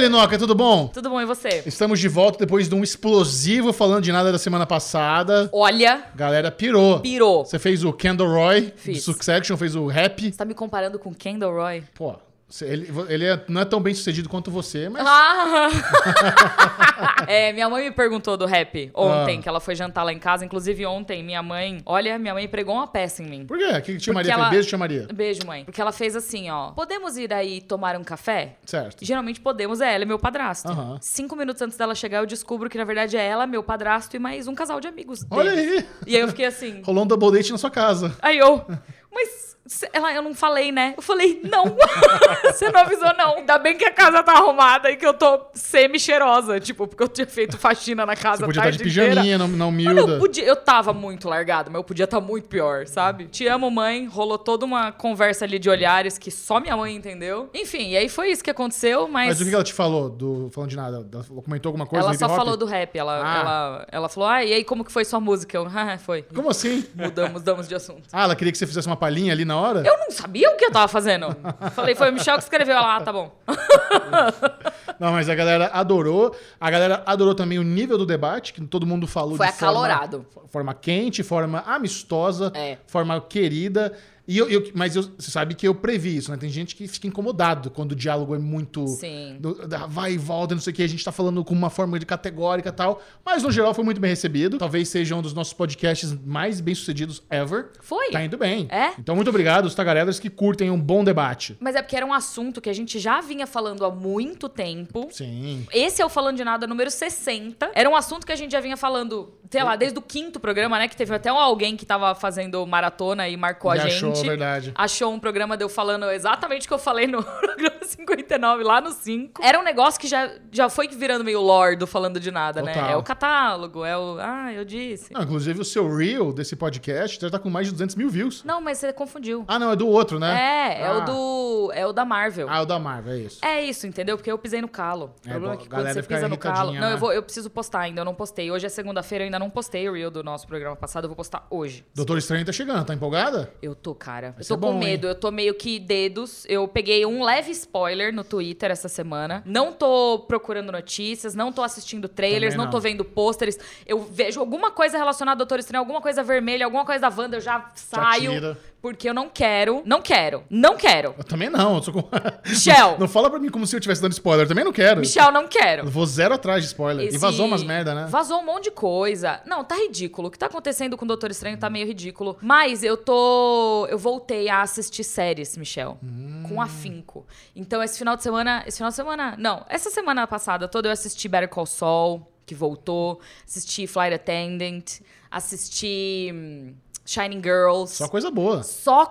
Linoca, tudo bom? Tudo bom, e você? Estamos de volta depois de um explosivo falando de nada da semana passada. Olha, Galera pirou. pirou. Você Você fez o Kendall Roy, Fiz. do Succession, fez o Rap. tá me comparando com Kendall Roy? Pô, você- ele, ele é- não é tão bem sucedido quanto você, mas. Ah! é, minha mãe me perguntou do rap ontem, Ah. que ela foi jantar lá em casa. Inclusive, ontem, minha mãe. Olha, minha mãe pregou uma peça em mim. Por quê? O que que te chamaria? ela- Ela... Beijo te chamaria. Beijo, mãe. Porque ela fez assim, ó. Podemos ir aí tomar um café? Certo. Geralmente podemos, é ela e meu padrasto. Aham. Cinco minutos antes dela chegar, eu descubro que, na verdade, é ela, meu padrasto e mais um casal de amigos. Olha deles. aí. E aí eu fiquei assim. Rolou um double date na sua casa. Aí eu, mas cê- ela, eu não falei, né? Eu falei, não. Você não avisou, não. Ainda bem que a casa tá arrumada e que eu tô semi-cheirosa, tipo, porque eu tinha feito faxina na casa Você a podia estar tarde de inteira. pijaminha, não, não Mano, eu, humilda. podia, eu tava muito largada, mas eu podia estar muito pior, sabe? Te amo, mãe. Rolou toda uma conversa ali de olhares que só minha mãe entendeu. Enfim, e aí foi isso que aconteceu, mas. Mas o que que ela te falou? Do, falando de nada? Ela comentou alguma coisa? ela do só hip hop? falou do rap. Ela, Ah. ela, ela falou, ah, e aí como que foi sua música? Eu, ah, foi. Como assim? Mudamos, mudamos de assunto. Ah, ela queria que você fizesse uma palhinha ali na hora? Eu não sabia o que eu tava fazendo. Falei, foi o Michel que escreveu lá, ah, tá bom. Não, mas a galera adorou. A galera adorou também o nível do debate, que todo mundo falou Foi de forma- acalorado. Forma, quente, forma amistosa, É. forma querida. E eu, eu- mas eu- você sabe que eu previ isso, né? Tem gente que fica incomodado quando o diálogo é muito. Sim. do- da- vai e volta, não sei o que. A gente tá falando com uma forma de categórica e tal. Mas no geral foi muito bem recebido. Talvez seja um dos nossos podcasts mais bem sucedidos ever. Foi. Tá indo bem. É? Então, muito obrigado, os tagarelas que curtem um bom debate. Mas é porque era um assunto que a gente já vinha falando há muito tempo. Sim. Esse é o Falando de Nada número 60. Era um assunto que a gente já vinha falando, sei lá, desde o quinto programa, né? Que teve até alguém que tava fazendo maratona e marcou Me a gente. achou, né? verdade. Achou um programa de eu falando exatamente o que eu falei no programa 59, lá no 5. Era um negócio que já, já foi virando meio lordo falando de nada, Total. né? É o catálogo, é o. Ah, eu disse. Não, inclusive o seu reel desse podcast já tá com mais de 200 mil views. Não, mas você confundiu. Ah, não, é do outro, né? É, é Ah. o do. É o da Marvel. Ah, é o da Marvel, é isso. É isso, entendeu? Porque eu pisei no calo. O É, problema é bom, a que quando galera você fica pisa no calo. irritadinha, Não, né? eu, vou, eu preciso postar ainda, eu não postei. Hoje é segunda-feira, eu ainda não postei o Reel do nosso programa passado, eu vou postar hoje. Doutor Estranho tá chegando, tá empolgada? Eu tô, cara. Eu ser tô com bom, medo. Eu tô meio que dedos. Eu peguei um leve spoiler no Twitter essa semana. Não tô procurando notícias, não tô assistindo trailers, Também não. não. tô vendo pôsteres. Eu vejo alguma coisa relacionada ao Doutor Estranho, alguma coisa vermelha, alguma coisa da Wanda, eu já saio. tira. porque eu não quero. Não quero. Não quero. Eu também não, eu sou com... Michel. não, não fala pra mim como se eu estivesse dando spoiler, eu também não quero. Michel, não quero. Eu vou zero atrás de spoiler. Esse- E vazou umas merda, né? Vazou um monte de coisa. Não, tá ridículo. O que tá acontecendo com o Doutor Estranho tá meio ridículo. Mas eu tô. Eu voltei a assistir séries, Michel. Hum. Com afinco. Então, esse final de semana. Esse final de semana. Não, essa semana passada toda eu assisti Better Call Saul, que voltou. Assisti Flight Attendant. Assisti. hum, Shining Girls. Só Só, coisa boa.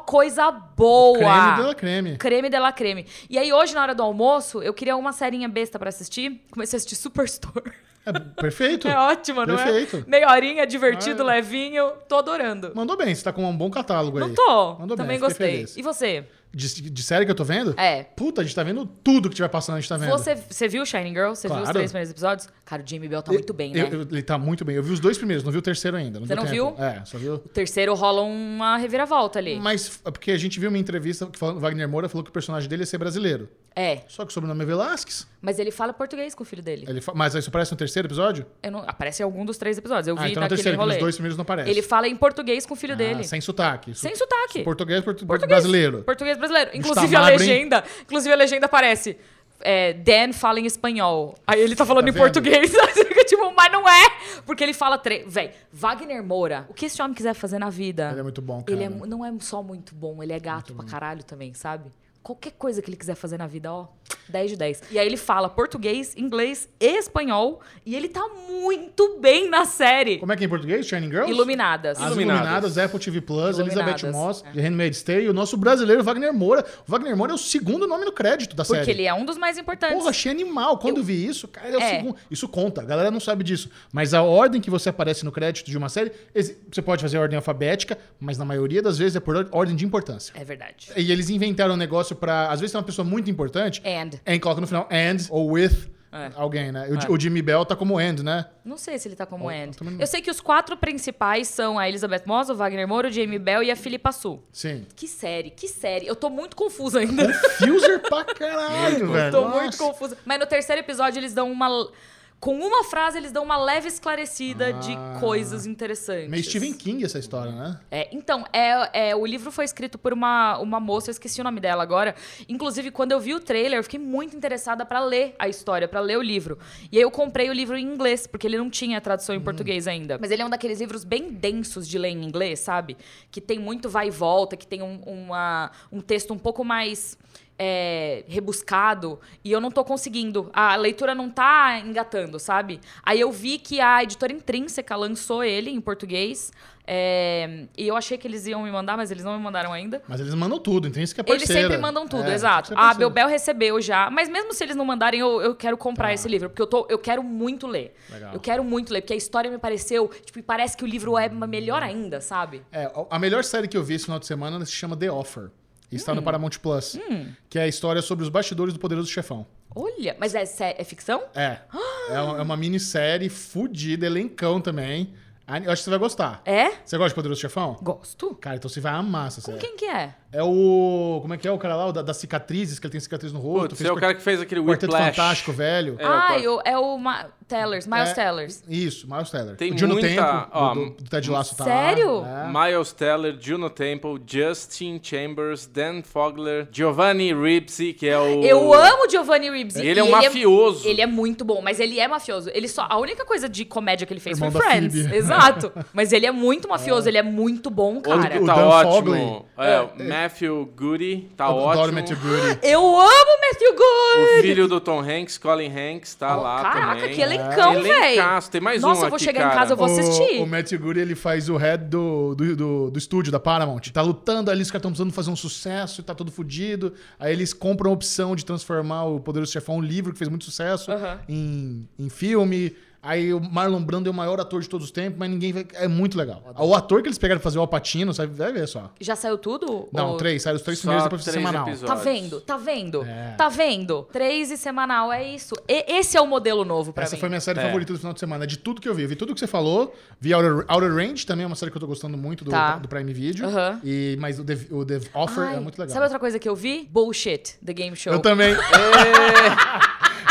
coisa boa. Creme dela creme. Creme de la creme. E aí, hoje, na hora do almoço, eu queria uma serinha besta pra assistir. Comecei a assistir Superstore. É perfeito. É ótima, não é? Perfeito. Meia horinha, divertido, Ah. levinho. Tô adorando. Mandou bem, você tá com um bom catálogo aí. Não tô. Mandou bem, Também fiquei gostei. feliz. E você? De, de série que eu tô vendo? É. Puta, a gente tá vendo tudo que tiver passando, a gente tá vendo. Você, você viu Shining Girl? Você viu os Claro. três primeiros episódios? Cara, o Jamie Bell tá muito bem, né? Eu- eu- ele tá muito bem. Eu vi os dois primeiros, não vi o terceiro ainda. Você deu não tempo. viu? É, só viu. O terceiro rola uma reviravolta ali. Mas é porque a gente viu uma entrevista que falando- Wagner Moura falou que o personagem dele ia ser brasileiro. É. Só que o sobrenome é Velasquez. Mas ele fala português com o filho dele. Ele fa- Mas isso aparece no terceiro episódio? Eu não... Aparece em algum dos três episódios. Eu vi É. ah, então no naquele terceiro, porque rolê. nos dois primeiros não aparece. Ele fala em português com o filho Ah, dele. Sem sotaque. Su- Sem sotaque. Português, portu- Português. brasileiro. Português brasileiro. Bicho, Inclusive tá a magro, hein? legenda. Inclusive a legenda aparece. é, Dan fala em espanhol. Aí ele tá falando Tá em vendo? português. Aí você fica tipo, mas não é! Porque ele fala. Tre... Véi, Wagner Moura, o que esse homem quiser fazer na vida. Ele é muito bom, cara. Ele é mu- não é só muito bom, ele é gato pra caralho também, sabe? Qualquer coisa que ele quiser fazer na vida, ó, 10 de 10. E aí ele fala português, inglês e espanhol. E ele tá muito bem na série. Como é que é Ah, em português? Shining Girls? Iluminadas. As Iluminadas. Iluminadas, Apple TV Plus, Elizabeth Iluminadas. É. Moss, The Handmaid's Tale, e o nosso brasileiro Wagner Moura. O Wagner Moura é o segundo nome no crédito da série. Porque ele é um dos mais importantes. Porra, achei animal. Quando eu, vi isso, cara, ele é o É. segundo. Isso conta, a galera não sabe disso. Mas a ordem que você aparece no crédito de uma série, exi- você pode fazer a ordem alfabética, mas na maioria das vezes é por or- ordem de importância. É verdade. E eles inventaram um negócio pra. Às vezes tem uma pessoa muito importante, And. and coloca no final and ou with. É. Alguém, né? O, Ji- o Jimmy Bell tá como End, né? Não sei se ele tá como Eu- eu Andy. também não- Eu sei que os quatro principais são a Elizabeth Moss, o Wagner Moura, o Jamie Bell e a Filipa Su. Sim. Que série, que série. Eu tô muito confusa ainda. Fuser pra caralho, velho. Tô Nossa. muito confusa. Mas no terceiro episódio eles dão uma. Com uma frase, eles dão uma leve esclarecida de Ah. coisas interessantes. Meio Stephen King essa história, né? É, então, é, é, o livro foi escrito por uma, uma moça, eu esqueci o nome dela agora. Inclusive, quando eu vi o trailer, eu fiquei muito interessada pra ler a história, pra ler o livro. E aí eu comprei o livro em inglês, porque ele não tinha tradução em português ainda. Mas ele é um daqueles livros bem densos de ler em inglês, sabe? Que tem muito vai e volta, que tem um, uma- um texto um pouco mais. é, rebuscado e eu não tô conseguindo. A leitura não tá engatando, sabe? Aí eu vi que a editora intrínseca lançou ele em português. é, e eu achei que eles iam me mandar, mas eles não me mandaram ainda. Mas eles mandam tudo, então isso que é Eles parceira. sempre mandam tudo, É, exato. isso que é A parceira. Belbel recebeu já, mas mesmo se eles não mandarem, eu, eu quero comprar esse livro, porque eu, tô, eu quero muito ler. Tá. Legal. Eu quero muito ler, porque a história me pareceu, tipo, e parece que o livro é melhor ainda, sabe? É, a melhor série que eu vi esse final de semana se chama The Offer. E Está no Hum. Paramount Plus. Que é a história sobre os bastidores do Poderoso Chefão. Olha, mas é, sé- é ficção? É. É uma, é uma minissérie fudida, elencão também. Ah, Eu acho que você vai gostar. É? Você gosta de Poderoso Chefão? Gosto. Cara, então você vai amar essa Com série. quem que é? É o. Como é que é o cara lá? O da, das cicatrizes, que ele tem cicatriz no rosto. Putz, fez é o quar- cara que fez aquele Quarteto Whiplash. Fantástico, velho. É, o ah, quarto. eu, é o Ma Tellers, Miles É, Tellers. Isso, Miles Teller. Tem o Dino muita- Tempo, ó, do, do Ted Lasso tá lá. Sério? É. Miles Teller, Juno Temple, Justin Chambers, Dan Fogler, Giovanni Ribisi, que é o... Eu amo Giovanni Ribisi. Ele é um e mafioso. Ele é muito bom, mas ele é mafioso. Ele só a única coisa de comédia que ele fez Irmão foi da Friends, Phoebe. exato. Mas ele é muito mafioso, ele é muito bom, Outro cara. que O tá Dan ótimo. Fogler. É, o Matthew Goody, tá Adoro ótimo. Matthew Goody. Eu amo Matthew Good. O filho do Tom Hanks, Colin Hanks, tá lá Caraca, também. É. que elencão, véi. Elencaço. Tem mais Nossa, um eu vou aqui, chegar cara. em casa, eu vou assistir. O, o Matthew Goody, ele faz o head do, do, do, do estúdio, da Paramount. Tá lutando ali, os caras estão precisando fazer um sucesso, tá todo fudido. Aí eles compram a opção de transformar o Poderoso Chefão, um livro que fez muito sucesso, Aham. em, em filme. Aí o Marlon Brando é o maior ator de todos os tempos, mas ninguém vai... É muito legal. O ator que eles pegaram pra fazer o Alpatino, sabe? Vai ver só. Já saiu tudo? Não, Ou- três. Sai os três Só primeiros, depois três semanal. episódios. Tá vendo? Tá vendo? É. Tá vendo? Três e semanal, é isso. E- esse é o modelo novo pra Essa mim. foi minha série É. favorita do final de semana. De tudo que eu vi. Eu vi tudo que você falou. Vi Outer, Outer Range, também é uma série que eu tô gostando muito do, Tá. do Prime Video. Aham. E, mas o The, o The Offer Ai, é muito legal. Sabe outra coisa que eu vi? Bullshit, The Game Show. Eu também.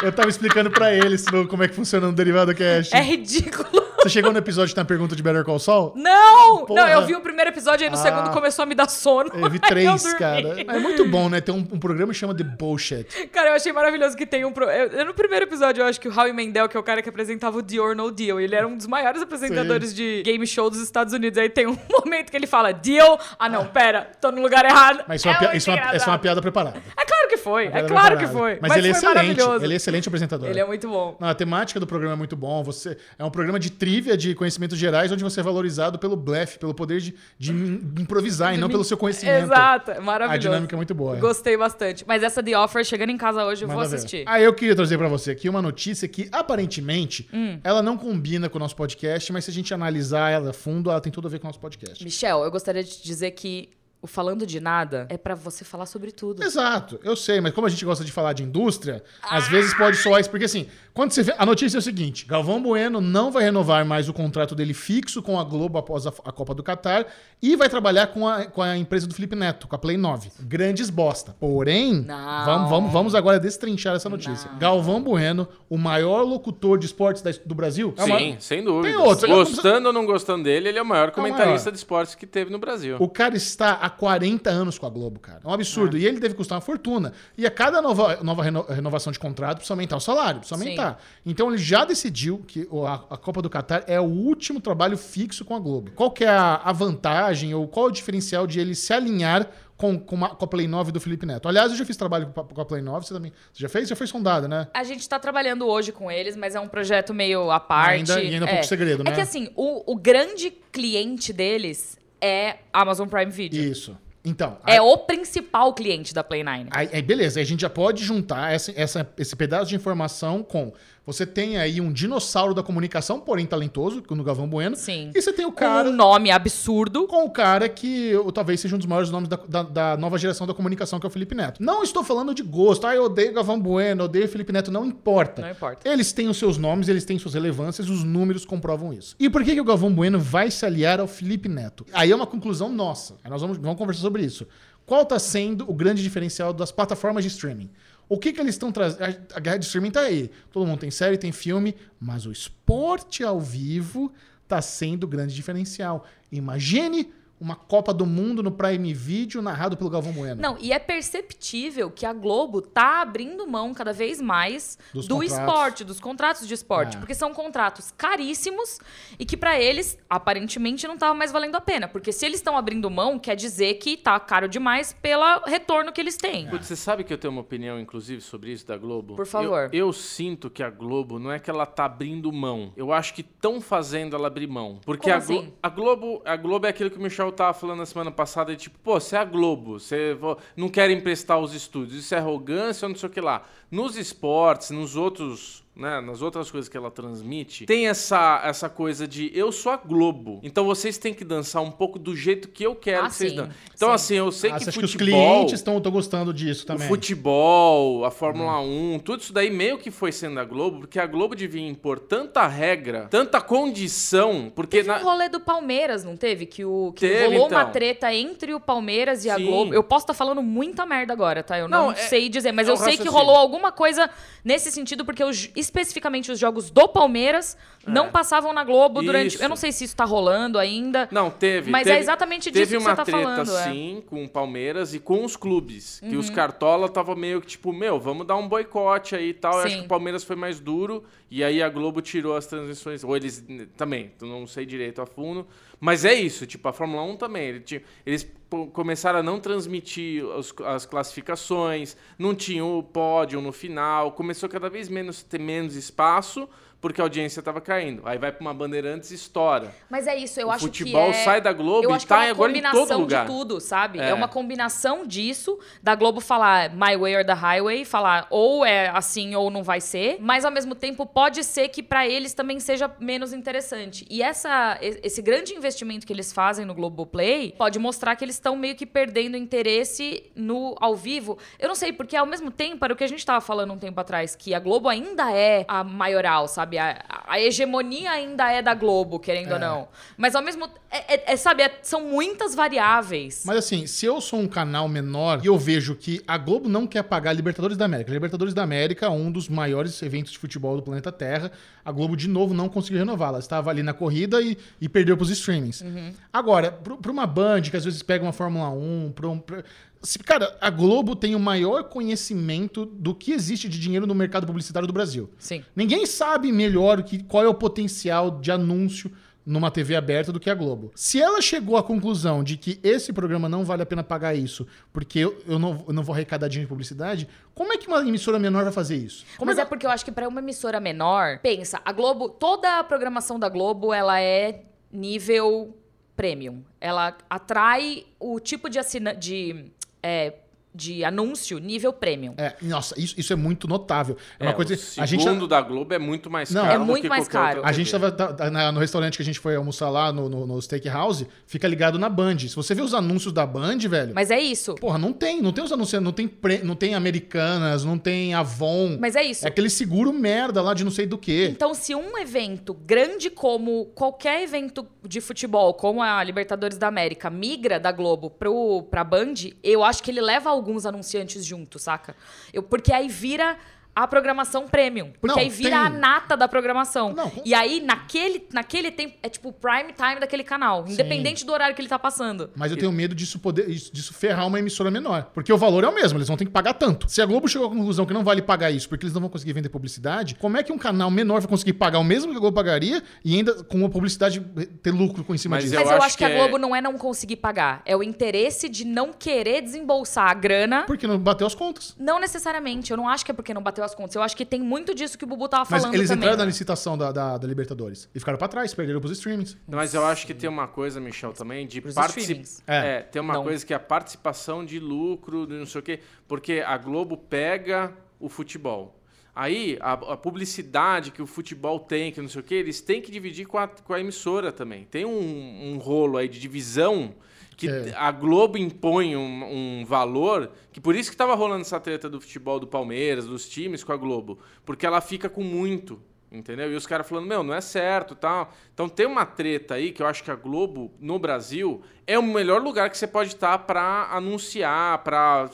eu tava explicando pra eles no- como é que funciona no Derivado Cash. É ridículo. Você chegou no episódio que tem uma pergunta de Better Call Saul? Não! Porra. Não, eu vi o primeiro episódio e no Ah. segundo começou a me dar sono. Eu vi Aí três, dormi. cara. É muito bom, né? Tem um, um programa que chama The Bullshit. Cara, eu achei maravilhoso que tem um. Pro... eu- eu- no primeiro episódio, eu acho que o Howie Mandel, que é o cara que apresentava o Dior No Deal, ele era um dos maiores apresentadores de game show dos Estados Unidos. Aí tem um momento que ele fala: Deal? Ah, não, pera, tô no lugar errado. Mas isso é uma, muito pia- isso é uma- essa é uma engraçado. piada preparada. É claro que foi, é Piada claro que preparada. foi. Mas, ele é foi excelente. maravilhoso. Ele é excelente apresentador. Ele é muito bom. Não, a temática do programa é muito bom. Você é um programa de trivia de conhecimentos gerais, onde você é valorizado pelo blefe, pelo poder de, de im- improvisar e não pelo seu conhecimento. Exato, é maravilhoso. A dinâmica é muito boa. é. Gostei bastante. Mas essa The Offer, chegando em casa hoje, eu Manda vou ver. assistir. Ah, eu queria trazer pra você aqui uma notícia que aparentemente Hum. ela não combina com o nosso podcast, mas se a gente analisar ela a fundo, ela tem tudo a ver com o nosso podcast. Michel, eu gostaria de te dizer que o Falando de Nada é pra você falar sobre tudo. Exato, eu sei, mas como a gente gosta de falar de indústria, Ah. às vezes pode soar isso, porque assim, quando você vê. A notícia é o seguinte: Galvão Bueno não vai renovar mais o contrato dele fixo com a Globo após a, a Copa do Catar e vai trabalhar com a, com a empresa do Felipe Neto, com a Play 9. Grandes bosta. Porém, Não. vamos, vamos, vamos agora destrinchar essa notícia. Galvão Bueno, o maior locutor de esportes da- do Brasil. é o maior- Sim, sem Tem dúvida. outro, é eu não preciso- Gostando ou não gostando dele, ele é o maior comentarista maior. de esportes que teve no Brasil. O cara está há 40 anos com a Globo, cara. É um absurdo. E ele deve custar uma fortuna. E a cada nova, nova reno- renovação de contrato precisa aumentar o salário, precisa Sim. aumentar. Então ele já decidiu que o- a, a Copa do Catar é o último trabalho fixo com a Globo. Qual que é a, a vantagem ou qual o diferencial de ele se alinhar com, com, uma- com a Play 9 do Felipe Neto? Aliás, eu já fiz trabalho com a- com a Play 9, você também. Você já fez? Já foi sondada, né? A gente tá trabalhando hoje com eles, mas é um projeto meio à parte. Ainda- e ainda é um pouco segredo, É né? que assim, o, o grande cliente deles é Amazon Prime Video. Isso. Então. É aí- o principal cliente da Play 9. Aí, aí beleza, aí a gente já pode juntar essa, essa- esse pedaço de informação com. Você tem aí um dinossauro da comunicação, porém talentoso, que no Galvão Bueno. Sim. E você tem o Com um cara. nome absurdo. Com o cara que ou, talvez seja um dos maiores nomes da, da- da nova geração da comunicação, que é o Felipe Neto. Não estou falando de gosto, ah, eu odeio Galvão Bueno, eu odeio Felipe Neto, não importa. Não importa. Eles têm os seus nomes, eles têm suas relevâncias, os números comprovam isso. E por que, que o Galvão Bueno vai se aliar ao Felipe Neto? Aí é uma conclusão nossa. Aí nós vamos, vamos conversar sobre isso. Qual está sendo o grande diferencial das plataformas de streaming? O que, que eles estão trazendo? A guerra de streaming tá aí. Todo mundo tem série, tem filme, mas o esporte ao vivo está sendo o grande diferencial. Imagine uma Copa do Mundo no Prime Video narrado pelo Galvão Bueno. Não, e é perceptível que a Globo tá abrindo mão cada vez mais Dos do contratos. esporte, dos contratos de esporte, É. porque são contratos caríssimos e que pra eles aparentemente não tava mais valendo a pena, porque se eles estão abrindo mão, quer dizer que tá caro demais pelo retorno que eles têm. É. Putz, você sabe que eu tenho uma opinião, inclusive, sobre isso da Globo? Por favor. Eu, eu sinto que a Globo não é que ela tá abrindo mão. Eu acho que estão fazendo ela abrir mão. Porque Como a, Glo- assim? a Globo. A Globo é aquilo que o Michel tava falando na semana passada: é tipo, pô, você é a Globo, você vo- não quer emprestar os estúdios. Isso é arrogância ou não sei o que lá. Nos esportes, nos outros. Né, nas outras coisas que ela transmite, tem essa, essa coisa de eu sou a Globo, então vocês têm que dançar um pouco do jeito que eu quero Ah, que vocês sim, dancem. Então, sim. assim, eu sei Ah, que você acha futebol... que os clientes estão gostando disso também? O futebol, a Fórmula 1, tudo isso daí meio que foi sendo a Globo, porque a Globo devia impor tanta regra, tanta condição, porque Teve na, um rolê do Palmeiras, não teve? Que, o, que Teve, rolou uma então. treta entre o Palmeiras e a Sim. Globo. Eu posso estar falando muita merda agora, tá? Eu não, Não, é- sei dizer, mas é eu um sei que raciocínio. rolou alguma coisa nesse sentido, porque os- especificamente os jogos do Palmeiras não passavam na Globo durante. É. Isso. Eu não sei se isso tá rolando ainda. Não, teve. Mas teve- é exatamente disso Teve que uma você tá treta, falando, é. Uhum. sim, com o Palmeiras e com os clubes. Que os Cartola tava meio que tipo, meu, vamos dar um boicote aí e tal. Eu acho Sim. que o Palmeiras foi mais duro. E aí a Globo tirou as transmissões. Ou eles né, também, eu não sei direito a fundo. Mas é isso, tipo, a Fórmula 1 também. ele tinha- Eles pô, começaram a não transmitir os- as classificações, não tinha o pódio no final. Começou cada vez menos ter menos espaço. Porque a audiência tava caindo. Aí vai pra uma bandeirantes e estoura. Mas é isso, eu O acho que. futebol é- sai da Globo eu e acho que é tá uma agora em todo combinação lugar. de tudo, sabe? É. É. uma combinação disso, da Globo falar My Way or the Highway, falar ou é assim ou não vai ser, mas ao mesmo tempo pode ser que pra eles também seja menos interessante. E essa, e- esse grande investimento que eles fazem no Globoplay pode mostrar que eles estão meio que perdendo interesse no ao vivo. Eu não sei, porque ao mesmo tempo era o que a gente tava falando um tempo atrás, que a Globo ainda é a maioral, sabe? A, a hegemonia ainda é da Globo, querendo ou não. Mas ao mesmo é, é- é, sabe, é- são muitas variáveis. Mas assim, se eu sou um canal menor e eu vejo que a Globo não quer pagar a Libertadores da América. A Libertadores da América é um dos maiores eventos de futebol do planeta Terra. A Globo, de novo, não conseguiu renovar. Ela estava ali na corrida e, e perdeu para os streamings. Agora, para uma Band, que às vezes pega uma Fórmula 1, para um. pra- se- Cara, a Globo tem o maior conhecimento do que existe de dinheiro no mercado publicitário do Brasil. Sim. Ninguém sabe melhor o que, qual é o potencial de anúncio numa TV aberta do que a Globo. Se ela chegou à conclusão de que esse programa não vale a pena pagar isso, porque eu, eu não, eu não vou arrecadar dinheiro de publicidade, como é que uma emissora menor vai fazer isso? Como Mas que é porque eu acho que pra uma emissora menor, pensa, a Globo, toda a programação da Globo, ela é nível premium. Ela atrai o tipo de assina de é, de anúncio nível premium. é, nossa, isso, isso é muito notável. É uma coisa. o A gente, segundo é da Globo é muito mais Não, caro. É muito do que mais qualquer caro. outra a gente TV. tava tá- tá na- no restaurante que a gente foi almoçar lá no, no, no Steakhouse, fica ligado na Band. Se você vê os anúncios da Band, velho. Mas é isso. Porra, não tem, não tem os anunciantes, não tem, pre- não tem Americanas, não tem Avon. Mas é isso. É aquele seguro merda lá de não sei do que. Então, se um evento grande como qualquer evento de futebol, como a Libertadores da América, migra da Globo pro, pra Band, eu acho que ele leva alguns anunciantes junto, saca? Eu, porque aí vira a programação premium. Porque Não, aí vira tem- a nata da programação. Não, com- E aí, naquele, naquele tempo, é tipo o prime time daquele canal, independente do horário que ele tá passando. Mas eu tenho medo disso poder isso- disso ferrar uma emissora menor. Porque o valor é o mesmo, eles vão ter que pagar tanto. Se a Globo chegou à conclusão que não vale pagar isso porque eles não vão conseguir vender publicidade, como é que um canal menor vai conseguir pagar o mesmo que a Globo pagaria e ainda com a publicidade eh, ter lucro com em cima Mas disso? Mas eu, acho, que, a é- Globo não é não conseguir pagar. É o interesse de não querer desembolsar a grana Porque não bateu as contas. Não necessariamente. Eu não acho que é porque não bateu bateu as contas. Eu acho que tem muito disso que o Bubu tava Mas falando eles também. né? entraram na licitação da, da- da Libertadores e ficaram pra trás, perderam pros streamings. Mas eu acho que tem uma coisa, Michel, também, de Pros participação. streamings. É. É. tem uma Não. coisa que é a participação de lucro, de não sei o quê, porque a Globo pega o futebol. Aí, a, a publicidade que o futebol tem, que não sei o quê, eles têm que dividir com a, com a emissora também. Tem um, um rolo aí de divisão que É. a Globo impõe um, um valor, que por isso que estava rolando essa treta do futebol do Palmeiras, dos times com a Globo, porque ela fica com muito, entendeu? E os caras falando, meu, não é certo, tal. Então tem uma treta aí que eu acho que a Globo no Brasil é o melhor lugar que você pode estar pra anunciar, para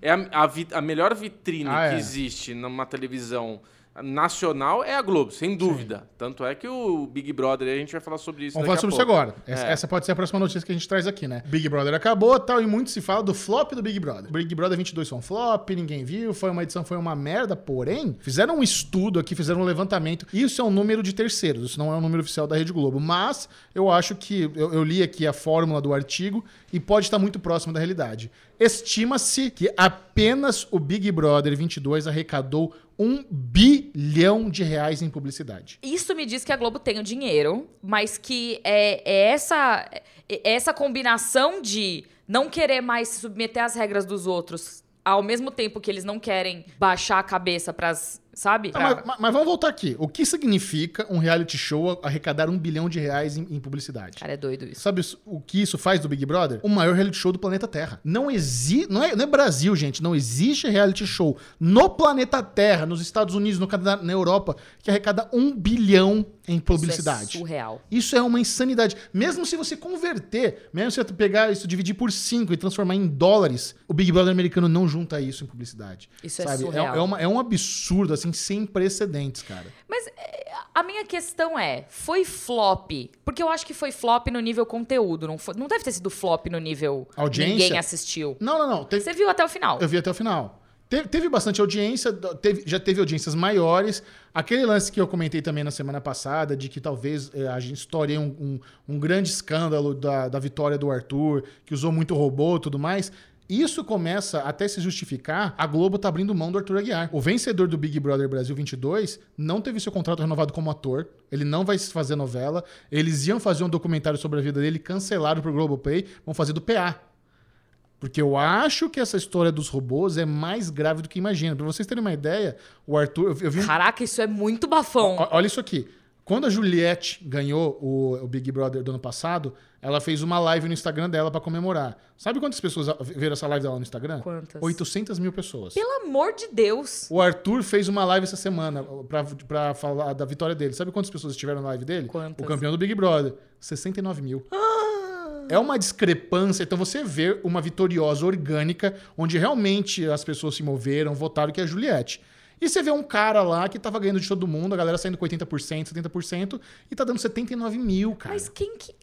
é a, a vi- a melhor vitrine Ah, que é. existe numa televisão nacional é a Globo, sem dúvida. Tanto é que o Big Brother, aí a gente vai falar sobre isso Vamos falar daqui a sobre isso pouco. É. agora. Essa, essa pode ser a próxima notícia que a gente traz aqui, né? Big Brother acabou tal, e muito se fala do flop do Big Brother. Big Brother 22 foi um flop, ninguém viu, foi uma edição, foi uma merda, porém, fizeram um estudo aqui, fizeram um levantamento. Isso é um número de terceiros, isso não é um número oficial da Rede Globo. Mas eu acho que, eu, eu li aqui a fórmula do artigo e pode estar muito próximo da realidade. Estima-se que apenas o Big Brother 22 arrecadou um bilhão de reais em publicidade. Isso me diz que a Globo tem o dinheiro, mas que é, é essa, é essa combinação de não querer mais se submeter às regras dos outros, ao mesmo tempo que eles não querem baixar a cabeça pras. Sabe? Tá, mas, mas- mas vamos voltar aqui. O que significa um reality show arrecadar um bilhão de reais em, em publicidade? Cara, é doido isso. Sabe isso- o que isso faz do Big Brother? O maior reality show do planeta Terra. Não existe. Não é, não é Brasil, gente. Não existe reality show no planeta Terra, nos Estados Unidos, no Canadá, na Europa, que arrecada um bilhão em Isso publicidade. é surreal. Isso é uma insanidade. Mesmo se você converter, mesmo se você pegar isso, dividir por 5 e transformar em dólares, o Big Brother americano não junta isso em publicidade. Isso é surreal. É, uma- é um absurdo, assim, sem precedentes, cara. Mas é, a minha questão é, foi flop? Porque eu acho que foi flop no nível conteúdo. Não, foi- não deve ter sido flop no nível Audiência? ninguém assistiu. Não, não, não. Teve- Você viu até o final. eu vi até o final. Teve, teve bastante audiência, teve- já teve audiências maiores. Aquele lance que eu comentei também na semana passada, de que talvez eh, a gente estourei um, um- um grande escândalo da, da vitória do Arthur, que usou muito robô e tudo mais. Isso começa até se justificar, a Globo tá abrindo mão do Arthur Aguiar. O vencedor do Big Brother Brasil 22 não teve seu contrato renovado como ator, ele não vai fazer novela, eles iam fazer um documentário sobre a vida dele, cancelaram pro Globoplay, vão fazer do PA. Porque eu acho que essa história dos robôs é mais grave do que imagina. Pra vocês terem uma ideia, o Arthur. Eu, eu vi um- Caraca, isso é muito bafão. o- Olha isso aqui. Quando a Juliette ganhou o, o Big Brother do ano passado, ela fez uma live no Instagram dela pra comemorar. Sabe quantas pessoas a- viram essa live dela no Instagram? Quantas? 800 mil pessoas. Pelo amor de Deus. O Arthur fez uma live essa semana pra, pra falar da vitória dele. Sabe quantas pessoas estiveram na live dele? Quantas? O campeão do Big Brother. 69 mil. Ah! É uma discrepância. Então você vê uma vitoriosa orgânica, onde realmente as pessoas se moveram, votaram, que é a Juliette. E você vê um cara lá que tava ganhando de todo mundo, a galera saindo com 80%, 70%, e tá dando 79 mil, cara. Mas quem que,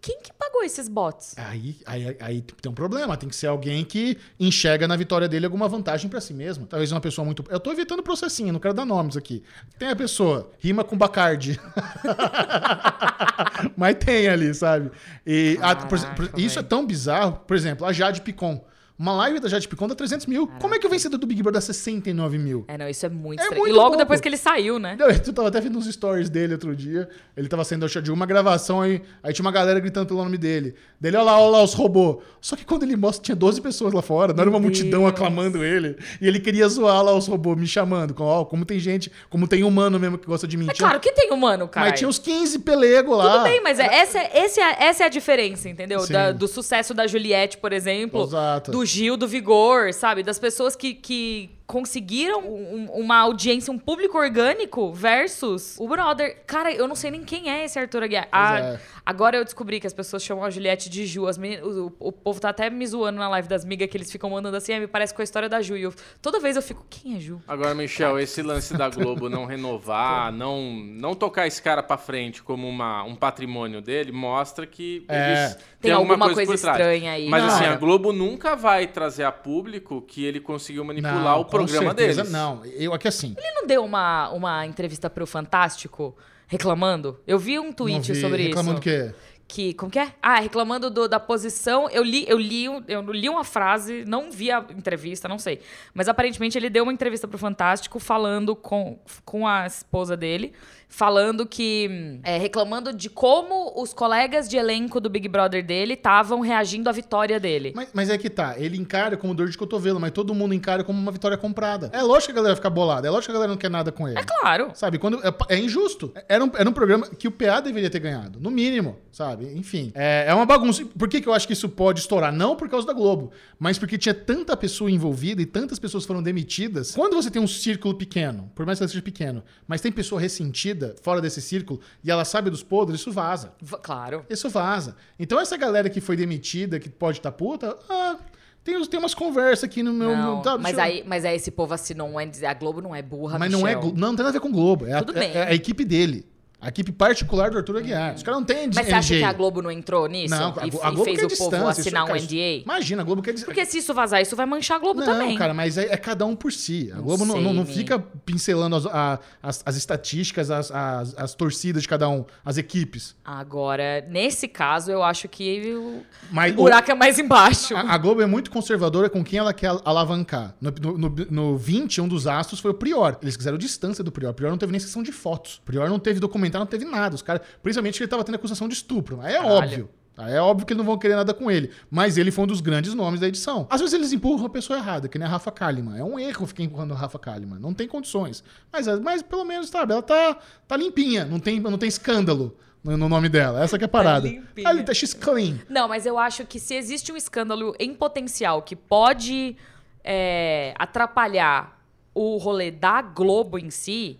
quem que pagou esses bots? Aí, aí, aí tem um problema. Tem que ser alguém que enxerga na vitória dele alguma vantagem pra si mesmo. Talvez uma pessoa muito. Eu tô evitando processinho, não quero dar nomes aqui. Tem a pessoa, rima com Bacardi. Mas tem ali, sabe? E a- por- Caraca, por- velho. isso é tão bizarro. Por exemplo, a Jade Picon. Uma live da Jade Picon dá 300 mil. Como é que o vencedor do Big Brother dá 69 mil? É, não, isso é muito É estranho. muito e logo louco. depois que ele saiu, né? Não, eu tava até vendo uns stories dele outro dia. Ele tava saindo de uma gravação aí. Aí tinha uma galera gritando pelo nome dele. Dele, olha lá, olha lá os robôs. Só que quando ele mostra, tinha 12 pessoas lá fora. Não era uma multidão aclamando ele. E ele queria zoar lá os robôs, me chamando. Com, ó, como tem gente, como tem humano mesmo que gosta de mim. É Tinha- claro que tem humano, cara. mas tinha um uns 15 pelego lá. Tudo bem, mas é, essa, é- esse é, essa é a diferença, entendeu? Sim. Da- do sucesso da Juliette, por exemplo. Exato. Do Gil, do Vigor, sabe? Das pessoas que, que conseguiram um- uma audiência, um público orgânico versus o brother. Cara, eu não sei nem quem é esse Arthur Aguiar. Ah, é. Agora eu descobri que as pessoas chamam a Juliette de Ju. As meni- o, o povo tá até me zoando na live das migas que eles ficam mandando assim. "Ah, me parece com a história da Ju. E eu- toda vez eu fico, quem é Ju? Agora, Michel, esse lance da Globo não renovar, não, não tocar esse cara pra frente como uma, um patrimônio dele, mostra que É. eles- Tem alguma coisa por trás. estranha aí. Mas Não, assim, é. a Globo nunca vai trazer a público que ele conseguiu manipular o com programa certeza deles. Não, eu aqui assim. Ele é não deu uma, uma entrevista pro Fantástico reclamando? Eu vi um não tweet vi, sobre reclamando isso. que que como que é? Ah, reclamando do- da posição. Eu li, eu li, um- eu li uma frase, não vi a entrevista, não sei. Mas aparentemente ele deu uma entrevista pro Fantástico falando com, com a esposa dele, falando que é, reclamando de como os colegas de elenco do Big Brother dele estavam reagindo à vitória dele. Mas, mas é que tá, ele encara como dor de cotovelo, mas todo mundo encara como uma vitória comprada. É lógico que a galera fica bolada, é lógico que a galera não quer nada com ele. Claro. Sabe, quando é, é injusto. Era um, era um programa que o PA deveria ter ganhado, no mínimo, sabe? Enfim, é, é uma bagunça. Por que, que eu acho que isso pode estourar? Não por causa da Globo, mas porque tinha tanta pessoa envolvida e tantas pessoas foram demitidas. Quando você tem um círculo pequeno, por mais que ela seja pequeno, mas tem pessoa ressentida fora desse círculo e ela sabe dos podres, isso vaza. V- claro. Isso vaza. Então essa galera que foi demitida, que pode estar puta, ah, tem, uns- tem umas conversas aqui no meu... Não, no- tá, mas, deixa eu- aí, mas aí esse povo assinou um NDA. A Globo não é burra, Mas Michel. não é Glo- não, não tem nada a ver com o Globo. É, a- Tudo é- bem. é a equipe dele. A equipe particular do Arthur Aguiar. Os caras não têm Mas você acha que a Globo não entrou nisso? É Não, e, a, a e Globo fez quer o povo distância, assinar isso, é um cara, NDA? Imagina, a Globo quer distância. Porque se isso vazar, isso vai manchar a Globo Não, também. cara, mas é, é cada um por si. A Não Globo não, sei, não, não Mi. fica pincelando as, a- as- as estatísticas, as, as- as torcidas de cada um, as equipes. Agora, nesse caso, eu acho que o Mas o o- buraco é mais embaixo. A, a Globo é muito conservadora com quem ela quer alavancar. No, no, no, no 20, um dos astros foi o Prior. Eles quiseram distância do Prior. O Prior não teve nem sessão de fotos. O Prior não teve documentário, não teve nada. Os caras, principalmente que ele tava tendo acusação de estupro. Aí é Caralho. óbvio. Aí é óbvio que eles não vão querer nada com ele. Mas ele foi um dos grandes nomes da edição. Às vezes eles empurram a pessoa errada, que nem a Rafa Kalimann. É um erro ficar empurrando a Rafa Kalimann. Não tem condições. Mas, é, mas pelo menos, sabe, ela tá, tá limpinha. Não tem, não tem escândalo no, no nome dela. Essa que é a parada. limpinha. Ela tá she's clean. Não, mas eu acho que se existe um escândalo em potencial que pode é, atrapalhar o rolê da Globo em si,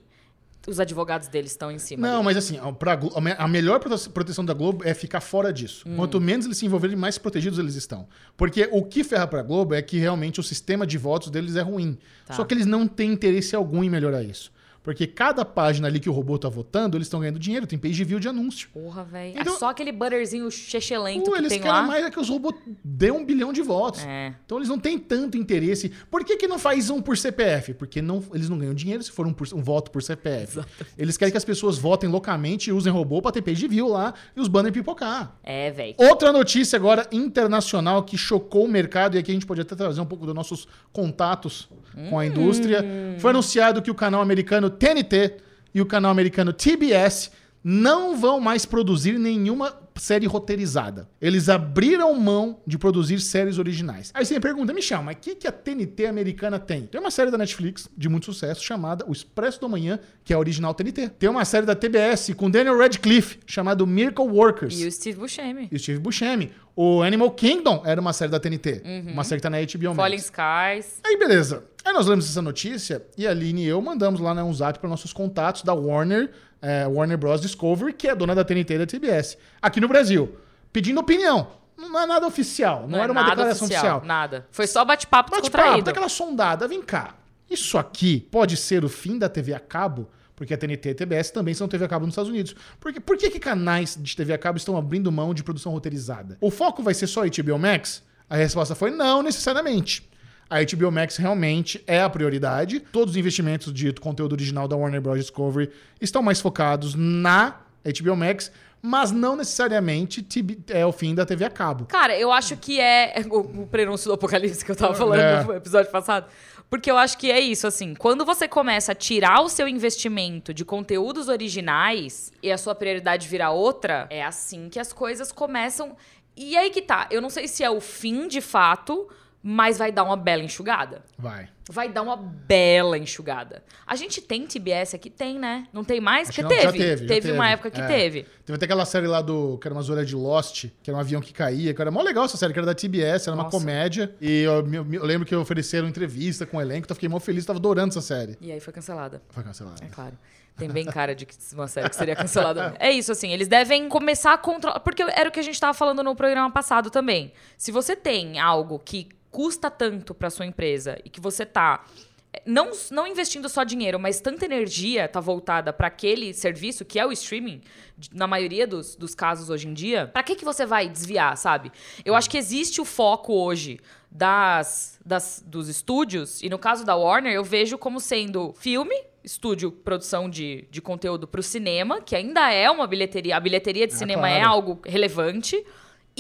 os advogados deles estão em cima. Não, mas assim, a- pra Glo- a me- a melhor prote- proteção da Globo é ficar fora disso. Hum. Quanto menos eles se envolverem, mais protegidos eles estão. Porque o que ferra pra Globo é que realmente o sistema de votos deles é ruim. Tá. Só que eles não têm interesse algum em melhorar isso. Porque cada página ali que o robô tá votando, eles estão ganhando dinheiro, tem page view de anúncio. Porra, velho. Então- é só aquele butterzinho chechelento Pô, que eles tem querem lá. mais é que os robôs dêem um bilhão de votos. É. Então eles não têm tanto interesse. Por que, que não faz um por CPF? Porque não, eles não ganham dinheiro se for um, por- um voto por CPF. Eles querem que as pessoas votem loucamente e usem robô pra ter page view lá e os banners pipocar. É, velho. Outra notícia agora internacional que chocou o mercado, e aqui a gente pode até trazer um pouco dos nossos contatos com a indústria. Foi anunciado que o canal americano TNT e o canal americano TBS não vão mais produzir nenhuma série roteirizada. Eles abriram mão de produzir séries originais. Aí você me pergunta, Michel, mas o que, que a TNT americana tem? Tem uma série da Netflix de muito sucesso chamada O Expresso do Manhã, que é a original TNT. Tem uma série da TBS com Daniel Radcliffe chamada Miracle Workers E o Steve Buscemi. e o Steve Buscemi. O Animal Kingdom era uma série da TNT. Uma série que tá na HBO Fallen Max. Skies. Aí, beleza. Aí nós lemos essa notícia e a Aline e eu mandamos lá né, um zap para nossos contatos da Warner, eh, Warner Bros. Discovery, que é dona da TNT e da TBS, aqui no Brasil, pedindo opinião. Não é nada oficial, não, é era uma nada declaração oficial. Nada. Foi só bate-papo Bate-papo, descontraído. Tá tipo, ah, dá aquela sondada. Vem cá. Isso aqui pode ser o fim da TV a cabo? Porque a TNT e a TBS também são TV a cabo nos Estados Unidos. Por que, por que, que canais de TV a cabo estão abrindo mão de produção roteirizada? O foco vai ser só HBO Max? A resposta foi não, necessariamente. A HBO Max realmente é a prioridade. Todos os investimentos de conteúdo original da Warner Bros. Discovery estão mais focados na HBO Max, mas não necessariamente TB é o fim da TV a cabo. Cara, eu acho que é o, o prenúncio do apocalipse que eu tava falando É. no episódio passado. Porque eu acho que é isso, assim, quando você começa a tirar o seu investimento de conteúdos originais e a sua prioridade vira outra, é assim que as coisas começam. E aí que tá, eu não sei se é o fim de fato, mas vai dar uma bela enxugada. Vai. Vai dar uma bela enxugada. A gente tem TBS aqui? Tem, né? Não tem mais? Acho Porque que não, teve. já teve, já uma teve. época que É. teve. Teve até aquela série lá do. que era uma zoeira de Lost, que era um avião que caía, que era mó legal essa série, que era da TBS, era uma Nossa. comédia. E eu, me- me- eu lembro que ofereceram entrevista com o elenco, então eu fiquei mó feliz, tava adorando essa série. E aí foi cancelada. Foi cancelada. É claro. Tem bem cara de que uma série que seria cancelada. mesmo. É isso, assim, eles devem começar a controlar. Porque era o que a gente tava falando no programa passado também. Se você tem algo que custa tanto pra sua empresa e que você tá não, não investindo só dinheiro, mas tanta energia tá voltada para aquele serviço que é o streaming, de- na maioria dos, dos casos hoje em dia, para que, que você vai desviar, sabe? Eu acho que existe o foco hoje das, das dos estúdios, e no caso da Warner, eu vejo como sendo filme, estúdio, produção de, de conteúdo pro cinema, que ainda é uma bilheteria, a bilheteria de Ah, cinema é claro. algo relevante,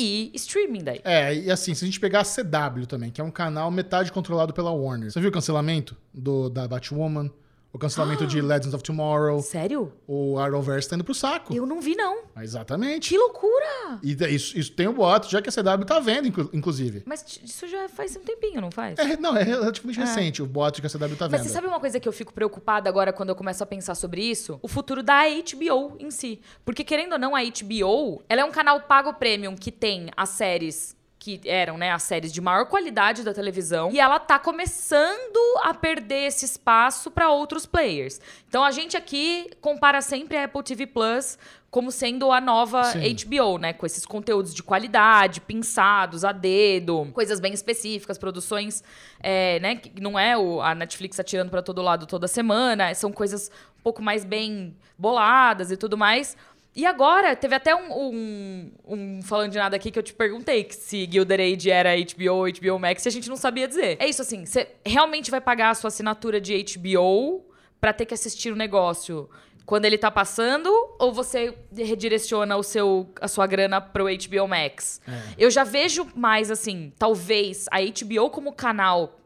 e streaming daí. É, e assim, se a gente pegar a CW também, que é um canal metade controlado pela Warner. Você viu o cancelamento do, da Batwoman? O cancelamento de Legends of Tomorrow? Sério? O Arrowverse tá indo pro saco. Ah, Eu não vi, não. Exatamente. Que loucura! E da- isso, isso tem um boato, já que a CW tá vendo, inclu- inclusive. Mas t- isso já faz um tempinho, não faz? É, não, é relativamente recente o boato de que a CW tá Mas vendo. você sabe uma coisa que eu fico preocupada agora quando eu começo a pensar sobre isso? O futuro da HBO em si. Porque, querendo ou não, a HBO, ela é um canal pago premium que tem as séries que eram, né, as séries de maior qualidade da televisão, e ela tá começando a perder esse espaço para outros players. Então a gente aqui compara sempre a Apple TV Plus como sendo a nova Sim. HBO, né, com esses conteúdos de qualidade, pinçados a dedo, coisas bem específicas, produções, é, né, que não é o, a Netflix atirando pra todo lado toda semana, são coisas um pouco mais bem boladas e tudo mais. E agora, teve até um, um- um falando de nada aqui que eu te perguntei que se Gilded Age era HBO ou HBO Max e a gente não sabia dizer. É isso assim, você realmente vai pagar a sua assinatura de HBO pra ter que assistir o negócio quando ele tá passando ou você redireciona o seu, a sua grana pro HBO Max? Eu já vejo mais assim, talvez a HBO como canal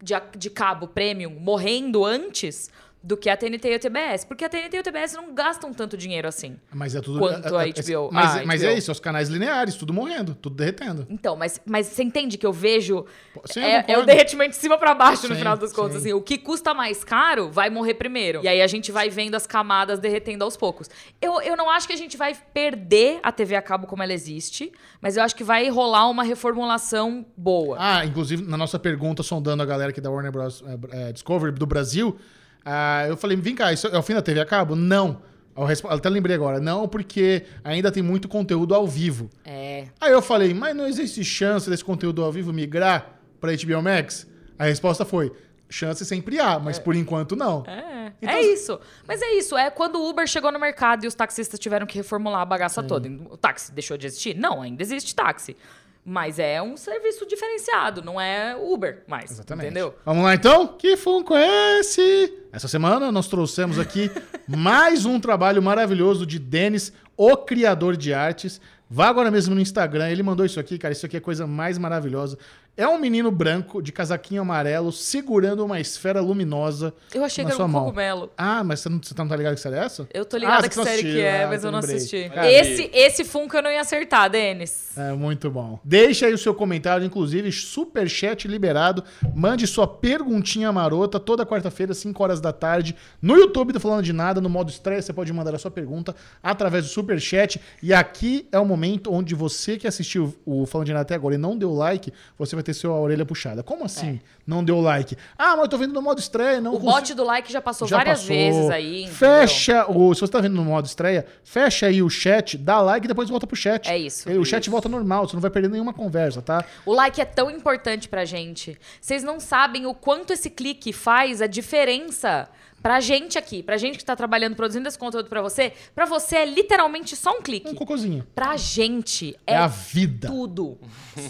de, a- de cabo premium morrendo antes do que a TNT e a TBS, porque a TNT e a TBS não gastam tanto dinheiro assim. Mas é tudo. Quanto é- a é- HBO. Mas, Ah, mas HBO. é isso, é os canais lineares, tudo morrendo, tudo derretendo. Então, mas, mas você entende que eu vejo Sim, eu é, é o concordo. derretimento de cima pra baixo no Sim, final das contas. sim. Assim, o que custa mais caro vai morrer primeiro. E aí a gente vai vendo as camadas derretendo aos poucos. Eu, eu não acho que a gente vai perder a TV a cabo como ela existe, mas eu acho que vai rolar uma reformulação boa. Ah, inclusive, na nossa pergunta, sondando a galera aqui da Warner Bros. eh, eh, Discovery do Brasil, ah, eu falei, vem cá, isso é o fim da TV a cabo? Não. Eu resp- até lembrei agora, não, porque ainda tem muito conteúdo ao vivo. É. Aí eu falei, mas não existe chance desse conteúdo ao vivo migrar pra HBO Max? A resposta foi, chance sempre há, mas por enquanto não. É, Então- é isso. Mas é isso. É quando o Uber chegou no mercado e os taxistas tiveram que reformular a bagaça toda. O táxi deixou de existir? Não, ainda existe táxi. Mas é um serviço diferenciado, não é Uber mais. Exatamente. Entendeu? Vamos lá então? Que Funko é esse? Essa semana nós trouxemos aqui mais um trabalho maravilhoso de Denis, o criador de artes. Vá agora mesmo no Instagram, ele mandou isso aqui, cara. Isso aqui é a coisa mais maravilhosa. É um menino branco de casaquinho amarelo segurando uma esfera luminosa. Eu achei na que era sua um mão. cogumelo. Ah, mas você não, você não tá ligado que série é essa? Eu tô Ah, ligada você que não série que assistiu, é, ah, mas eu não lembrei. assisti. Cara, Esse, esse Funko eu não ia acertar, Denis. É muito bom. Deixa aí o seu comentário, inclusive, super chat liberado. Mande sua perguntinha marota toda quarta-feira, 5 horas da tarde, no YouTube do Falando de Nada, no modo estreia, você pode mandar a sua pergunta através do super chat. E aqui é o momento onde você que assistiu o Falando de Nada até agora e não deu like, você vai ter sua orelha puxada. Como assim? Não deu like? Ah, mas eu tô vendo no modo estreia, não É. O consigo- bot do like já passou já várias passou. vezes aí. entendeu? Fecha o. Se você tá vendo no modo estreia, fecha aí o chat, dá like e depois volta pro chat. É isso. O chat volta normal, você não vai perder nenhuma conversa, tá? O like é tão importante pra gente. Vocês não sabem o quanto esse clique faz a diferença pra gente aqui, pra gente que tá trabalhando, produzindo esse conteúdo pra você. Pra você é literalmente só um Um clique. cocôzinho. Pra gente É, é, a vida. tudo.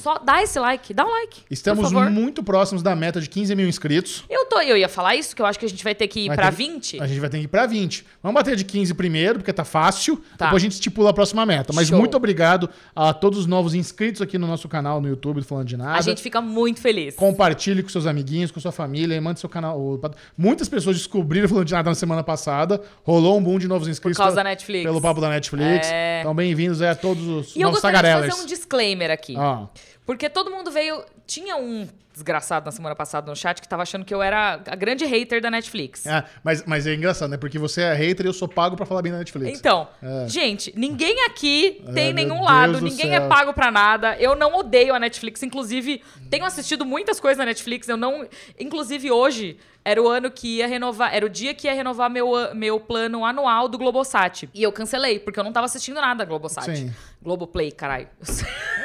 Só dá esse like, dá um like. por Estamos favor. muito próximos da meta de 15 mil inscritos. Eu tô, eu ia falar isso que eu acho que a gente vai ter que ir Vai pra ter- 20. A gente vai ter que ir pra 20. Vamos bater de 15 primeiro, porque tá fácil. Tá. Depois a gente estipula a próxima meta. Mas Show. muito obrigado a todos os novos inscritos aqui no nosso canal no YouTube do Falando de Nada. A gente fica muito feliz. Compartilhe Ah, com seus amiguinhos, com sua família, e mande seu canal. o- Muitas pessoas descobriram falando de nada na semana passada. Rolou um boom de novos inscritos causa pelo- da Netflix. pelo papo da Netflix. É. Então, bem-vindos aí a todos os E eu novos gostaria de tagarelas. Ah. fazer um disclaimer aqui. Ó, Porque todo mundo veio. Tinha um desgraçado na semana passada no chat que tava achando que eu era a grande hater da Netflix. é, mas, mas é engraçado, né? Porque você é hater e eu sou pago pra falar bem da Netflix. Então, É. gente, ninguém aqui É, tem meu nenhum Deus lado, do ninguém céu. é pago pra nada. Eu não odeio a Netflix, inclusive, tenho assistido muitas coisas na Netflix, eu não, inclusive hoje era o ano que ia renovar, era o dia que ia renovar meu a- meu plano anual do Globosat. E eu cancelei porque eu não tava assistindo nada Globosat. Sim. Globoplay, caralho.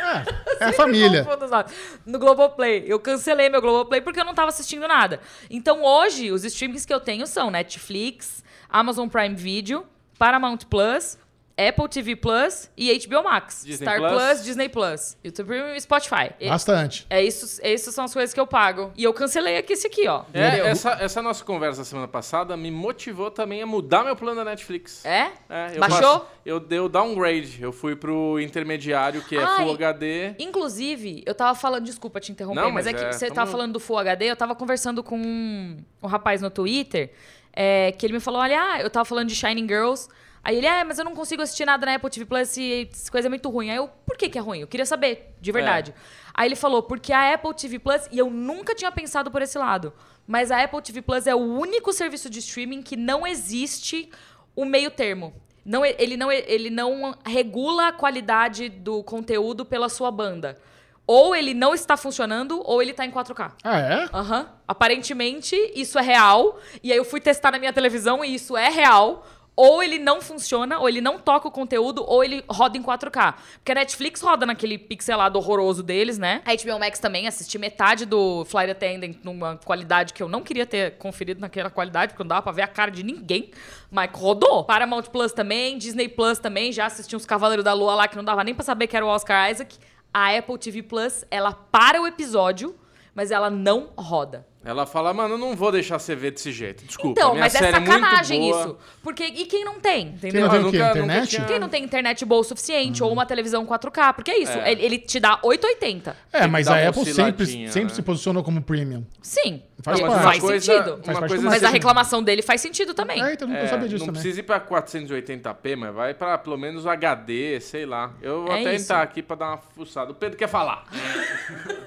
É, é a família. Confundo os nomes. No Globoplay. Eu cancelei meu Globoplay porque eu não tava assistindo nada. Então hoje, os streamings que eu tenho são Netflix, Amazon Prime Video, Paramount Plus, Apple TV Plus e HBO Max. Disney Star Plus. Plus, Disney Plus, YouTube Premium e Spotify. E- Ah. Bastante. é isso, essas são as coisas que eu pago. E eu cancelei aqui esse aqui, ó. É, essa, essa nossa conversa semana passada me motivou também a mudar meu plano da Netflix. É? É, eu Baixou? faço- eu dei o downgrade. Eu fui pro intermediário, que é Ai. Full HD. Inclusive, eu tava falando, desculpa te interromper, Não, mas, mas é que é, você tamo- tava falando do Full HD, eu tava conversando com um, um rapaz no Twitter, é, que ele me falou, olha, ah, eu tava falando de Shining Girls, aí ele, é, mas eu não consigo assistir nada na Apple TV Plus, e essa coisa é muito ruim. Aí eu, por que que é ruim? Eu queria saber, de verdade. Aí ele falou, porque a Apple TV Plus, e eu nunca tinha pensado por esse lado, mas a Apple TV Plus é o único serviço de streaming que não existe o meio termo. Não, e- ele, não, ele não regula a qualidade do conteúdo pela sua banda. Ou ele não está funcionando, ou ele está em 4K. Ah, é? Aham. Aparentemente, isso é real. E aí eu fui testar na minha televisão e isso é real. Ou ele não funciona, ou ele não toca o conteúdo, ou ele roda em 4K. Porque a Netflix roda naquele pixelado horroroso deles, né? A HBO Max também, assisti metade do Flight Attendant numa qualidade que eu não queria ter conferido naquela qualidade, porque não dava pra ver a cara de ninguém. Mas rodou. Paramount Plus também, Disney Plus também, já assisti uns Cavaleiros da Lua lá que não dava nem pra saber que era o Oscar Isaac. A Apple TV Plus, ela para o episódio mas ela não roda. Ela fala, mano, eu não vou deixar você ver desse jeito. Desculpa, então, minha mas é série muito sacanagem boa. isso. Porque e quem não tem, entendeu? Quem não tem Eu o quê? nunca- nunca Internet? tinha- Quem não tem internet boa o suficiente Hum. ou uma televisão 4K, porque é isso, ele, ele te dá 880. É, que mas dar a uma Apple sempre, osciladinha, sempre né? se posicionou como premium. Sim. Faz Não, parte. faz Uma coisa- Faz sentido. parte coisa assim. do Mas a marketing. reclamação dele faz sentido também. É, então eu não É, sabia disso não também. precisa ir pra 480p, mas vai pra pelo menos HD, sei lá. Eu vou É até isso. entrar aqui pra dar uma fuçada. O Pedro quer falar.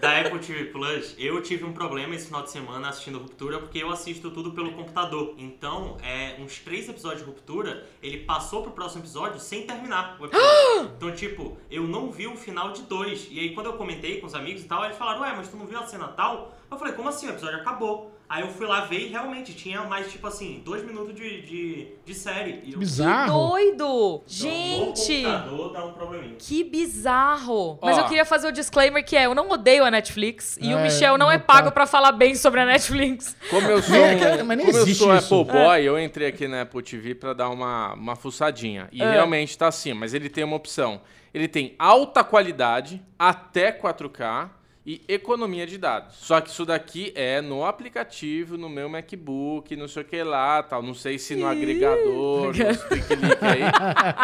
da Apple TV Plus, eu tive um problema esse final de semana assistindo Ruptura, porque eu assisto tudo pelo computador. Então, é, uns três episódios de Ruptura, ele passou pro próximo episódio sem terminar o episódio. então, tipo, eu não vi o final de dois. E aí, quando eu comentei com os amigos e tal, eles falaram, ué, mas tu não viu a cena tal? Eu falei, como assim? O episódio acabou. Aí eu fui lá ver e realmente tinha mais, tipo assim, dois minutos de, de, de série. E eu, Que Bizarro. doido! Então, no Gente! computador dá um probleminha. Que bizarro! Mas Ó. eu queria fazer o disclaimer que é, eu não odeio a Netflix e o É, Michel não não é tá. pago pra falar bem sobre a Netflix. Como eu sou, um Mas é que- mas nem como eu existe sou isso. Apple Boy, eu entrei aqui na Apple TV pra dar uma, uma fuçadinha. E É. realmente tá assim, mas ele tem uma opção. Ele tem alta qualidade, até 4K e economia de dados. Só que isso daqui é no aplicativo, no meu MacBook, não sei o que lá, tal. Não sei se no agregador, nos click-click aí.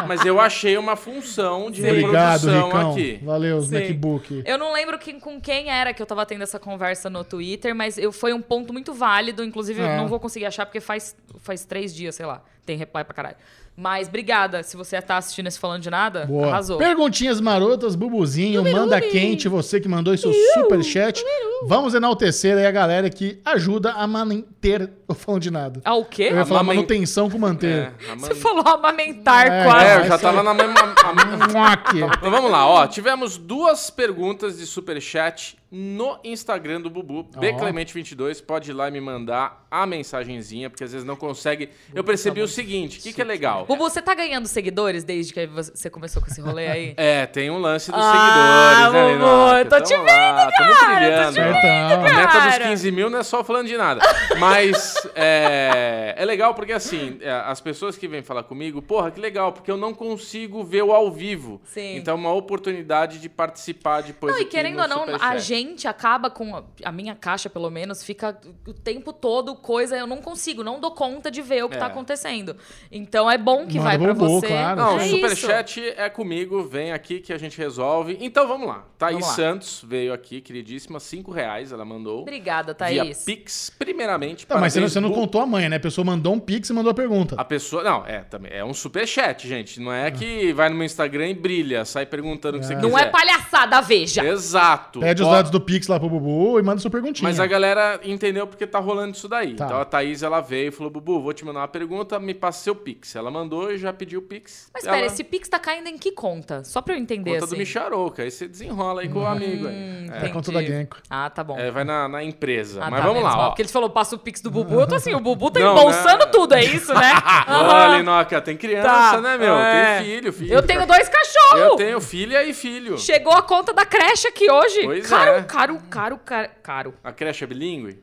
Mas eu achei uma função de Obrigado, reprodução Ricão. aqui. Valeu, os Sim. MacBook. Eu não lembro quem- com quem era que eu tava tendo essa conversa no Twitter, mas eu, foi um ponto muito válido. Inclusive, É. eu não vou conseguir achar porque faz, faz três dias, sei lá. Tem reply pra caralho. Mas obrigada. Se você tá assistindo esse Falando de Nada, Boa. arrasou. um. Perguntinhas marotas, bubuzinho, manda quente, você que mandou isso super chat. Vamos enaltecer aí a galera que ajuda a manter o falando de nada. Ah, o Eu quê? ia falar Amam- manutenção com manter. É, a Você man- falou amamentar É, quase. É, eu já tava na mesma... a- Nhoque. Então vamos lá, ó. Tivemos duas perguntas de superchat no Instagram do Bubu, bclemente22. Pode ir lá e me mandar a mensagenzinha, porque às vezes não consegue. Eu percebi o seguinte: o que, que é legal? Bubu, você tá ganhando seguidores desde que você começou com esse rolê aí? É, tem um lance dos Ah, seguidores, né, Bubu, Renata? tô te Tamo cara, lá, tamo tô te trilhando. Então, A meta dos Cara. 15 mil não é só falando de nada. Mas é, é legal porque, assim, é, as pessoas que vêm falar comigo, porra, que legal, porque eu não consigo ver o ao vivo. Sim. Então é uma oportunidade de participar depois Não, e aqui querendo no ou não, a Superchat. gente acaba com. a- A minha caixa, pelo menos, fica o tempo todo coisa. Eu não consigo, não dou conta de ver o que É. tá acontecendo. Então é bom que Manda vai pra bombom, você. claro. Não, o é isso. superchat é comigo, vem aqui que a gente resolve. Então vamos lá. Thaís Vamos lá. Santos veio aqui, queridíssima, 5 reais ela mandou. Obrigada, Via Thaís. Pix, primeiramente. Tá, mas você não, parabéns, você não Bu. contou a mãe, né? A pessoa mandou um pix e mandou a pergunta. A pessoa. Não, é, também. É um superchat, gente. Não é que vai no meu Instagram e brilha, sai perguntando o que você quiser. Não é palhaçada, veja. Exato. Pede os Ó, dados do pix lá pro Bubu e manda sua perguntinha. Mas a galera entendeu porque tá rolando isso daí. Tá. Então a Thaís ela veio e falou: Bubu, vou te mandar uma pergunta, me passa seu Pix. Ela mandou e já pediu o Pix. Mas ela... pera, esse Pix tá caindo em que conta? Só pra eu entender Conta assim. Hum. do Micharouca, aí você desenrola aí com o amigo aí. É a conta da Entendi. Genko. Ah, tá bom. É, vai na, na empresa. Ah, Mas tá, vamos menos mal, lá, ó. Porque ele falou, passa o Pix do Bubu. Eu tô assim, o Bubu tá Não, embolsando né? tudo, é isso, né? Aham. Olha, Noca, tem criança, Tá, né, meu? é. Tem filho, filho. Eu tenho um. dois Eu cachorros. tenho filha e filho. Chegou a conta da creche aqui hoje. Pois claro é. caro, caro, caro, caro, caro. A creche é bilíngue?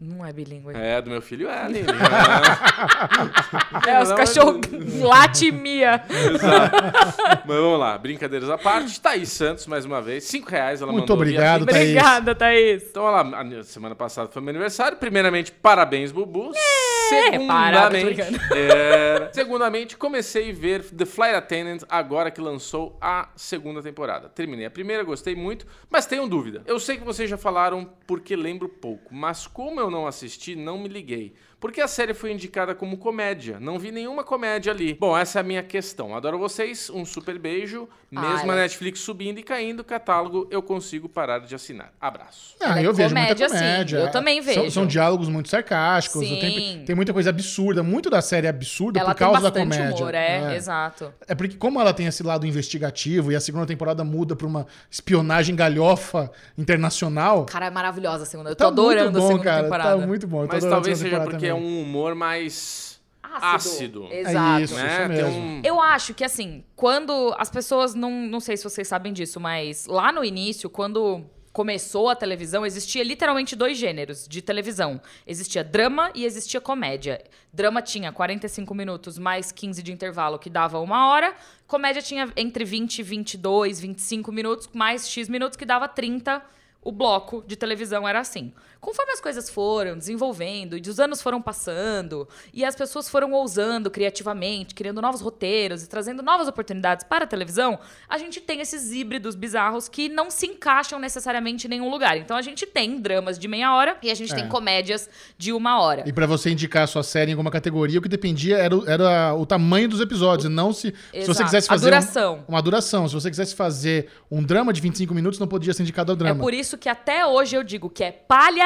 Não é bilíngue. É, do meu filho é, Aline. É, os cachorros latimia. Mas vamos lá, brincadeiras à parte. Thaís Santos, mais uma vez, cinco reais ela Muito mandou. via obrigado, Pix. Thaís. Obrigada, Thaís. Então, olha lá, a minha- semana passada foi meu aniversário. Primeiramente, parabéns, Bubu. parabéns, É, tô Segundamente, é, segundamente, comecei a ver The Flight Attendant agora que lançou a segunda temporada. Terminei a primeira, gostei muito, mas tenho dúvida. Eu sei que vocês já falaram porque lembro pouco, mas como eu não assisti, não me liguei. Porque a série foi indicada como comédia. Não vi nenhuma comédia ali. Bom, essa é a minha questão. Adoro vocês. Um super beijo. Mesmo a Ai. Netflix subindo e caindo, catálogo, eu consigo parar de assinar. Abraço. Ah, Ela é eu vejo muita comédia, sim. comédia. Eu também São- São, vejo. diálogos muito sarcásticos. Sim. Tem, tem muita coisa absurda. Muito da série é absurda Ela por tem causa da bastante comédia. humor, é, exato. É porque como ela tem esse lado investigativo e a segunda temporada muda pra uma espionagem galhofa internacional, Cara, é maravilhosa a segunda. Eu tô tá muito adorando bom, a segunda cara. temporada. Tá muito bom. Eu tô Mas adorando a talvez segunda seja temporada porque é também. um humor mais ácido. Exato. É isso. né? Tem mesmo. um- Eu acho que assim, quando as pessoas não, não sei se vocês sabem disso, mas lá no início, quando começou a televisão, existia literalmente dois gêneros de televisão. Existia drama e existia comédia. Drama tinha 45 minutos mais 15 de intervalo, que dava uma hora. Comédia tinha entre 20 e 22, 25 minutos, mais X minutos, que dava 30 o bloco de televisão era assim. Conforme as coisas foram desenvolvendo, e os anos foram passando, e as pessoas foram ousando criativamente, criando novos roteiros e trazendo novas oportunidades para a televisão, a gente tem esses híbridos bizarros que não se encaixam necessariamente em nenhum lugar. Então a gente tem dramas de meia hora e a gente É. tem comédias de uma hora. E pra você indicar a sua série em alguma categoria, o que dependia era, o- era o tamanho dos episódios, e não se, se você Exato. quisesse A fazer um- duração. uma duração. Se você quisesse fazer um drama de 25 minutos, não podia ser indicado ao drama. É por isso que até hoje eu digo que é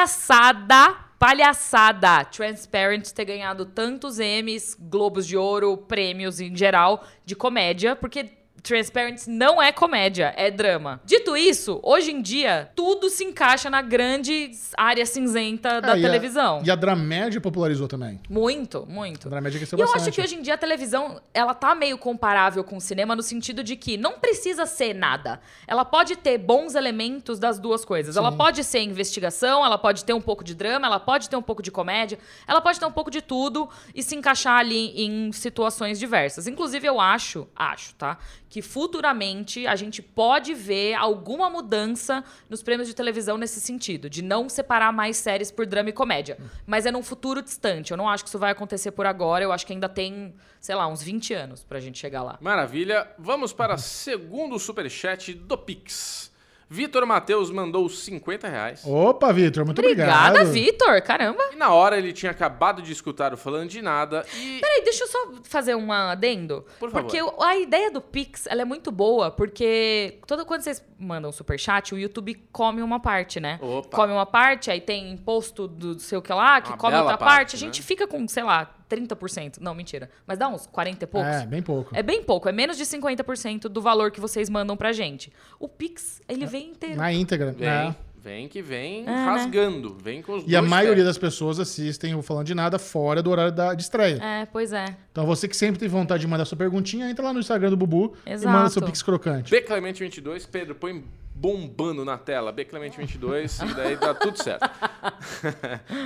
palhaçada, palhaçada, Transparent ter ganhado tantos M's, Globos de Ouro, prêmios em geral de comédia, porque Transparent não é comédia, é drama. Dito isso, hoje em dia tudo se encaixa na grande área cinzenta da Ah, e a- televisão. E a Dramédia popularizou também. Muito, muito. A Dramédia cresceu E eu bastante. acho que hoje em dia a televisão, ela tá meio comparável com o cinema no sentido de que não precisa ser nada. Ela pode ter bons elementos das duas coisas. Ela pode ser investigação, ela pode ter um pouco de drama, ela pode ter um pouco de comédia, ela pode ter um pouco de tudo e se encaixar ali em situações diversas. Inclusive eu acho, acho, tá? Que futuramente a gente pode ver alguma mudança nos prêmios de televisão nesse sentido, de não separar mais séries por drama e comédia. Mas é num futuro distante. Eu não acho que isso vai acontecer por agora. Eu acho que ainda tem, sei lá, uns 20 anos pra gente chegar lá. Maravilha. Vamos para Uhum. o segundo superchat do Pix. Vitor Matheus mandou 50 reais. Opa, Vitor, muito obrigado. Obrigada, Vitor! Caramba! E na hora ele tinha acabado de escutar o Falando de Nada e... Peraí, deixa eu só fazer um adendo. Por favor. Porque o- a ideia do Pix, ela é muito boa, porque toda quando vocês mandam superchat, o YouTube come uma parte, né? Opa. Come uma parte, aí tem imposto do sei o que lá, que Uma come bela outra parte, parte. né? A gente fica com, sei lá, 30%. Não, mentira. Mas dá uns 40 e poucos. É, bem pouco. É bem pouco, é menos de 50% do valor que vocês mandam pra gente. O Pix, ele vem inteiro. Na íntegra. Vem, né? vem que vem rasgando. Vem com os E a dois maioria pés. das pessoas assistem o Falando de Nada fora do horário da, de estreia. É, pois é. Então você que sempre tem vontade de mandar sua perguntinha, entra lá no Instagram do Bubu e Exato. manda seu pix crocante. B Clemente 22, Pedro, põe bombando na tela. B Clemente 22, e daí dá tudo certo.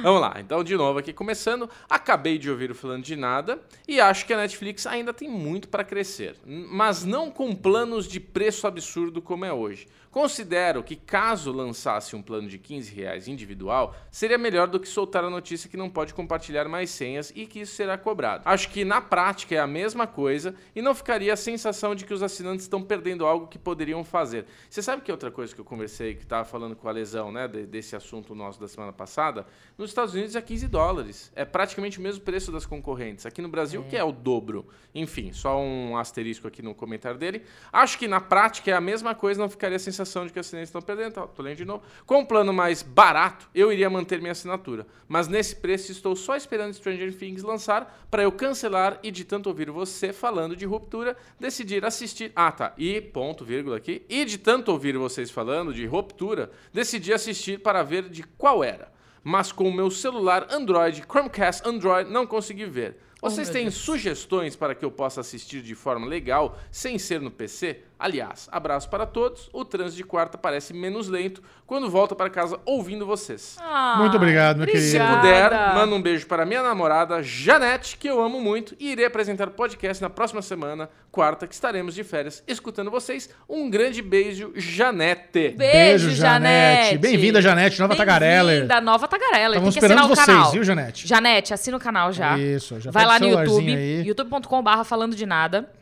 Vamos lá, então de novo aqui começando. Acabei de ouvir o Falando de Nada e acho que a Netflix ainda tem muito para crescer, n- mas não com planos de preço absurdo como é hoje. Considero que caso lançasse um plano de 15 reais individual, seria melhor do que soltar a notícia que não pode compartilhar mais senhas e que isso será cobrado. Acho que na prática é a mesma coisa e não ficaria a sensação de que os assinantes estão perdendo algo que poderiam fazer. Você sabe que é outra coisa que eu conversei, que estava falando com a Lesão, né, de- desse assunto nosso da semana passada, nos Estados Unidos é 15 dólares. É praticamente o mesmo preço das concorrentes. Aqui no Brasil, que é o dobro. Enfim, só um asterisco aqui no comentário dele. Acho que na prática é a mesma coisa, não ficaria a sensação de que os assinantes estão perdendo. Tá, Tô lendo de novo. Com um plano mais barato, eu iria manter minha assinatura. Mas nesse preço, estou só esperando Stranger Things lançar para eu cancelar e de tanto ouvir você falando de ruptura, decidir assistir. Ah, tá. E ponto, vírgula aqui. E de tanto ouvir vocês falando de ruptura, decidi assistir para ver de qual era mas com o meu celular Android, Chromecast Android, não consegui ver. Vocês Oh, meu têm Deus. sugestões para que eu possa assistir de forma legal, sem ser no PC? Aliás, abraço para todos. O trânsito de quarta parece menos lento quando volto para casa ouvindo vocês. Ah, Muito obrigado, meu querido. Se Obrigada. puder, manda um beijo para minha namorada, Janete, que eu amo muito, e irei apresentar o podcast na próxima semana, quarta, que estaremos de férias escutando vocês. Um grande beijo, Janete. Beijo, Janete. Bem-vinda, Janete, nova Tagarela. Bem-vinda, nova Tagarela. Estamos Tem que assinar esperando o vocês, canal. viu, Janete? Janete, assina o canal já. Isso, já Vai pega lá o no celularzinho YouTube, aí. youtube.com.br falando de nada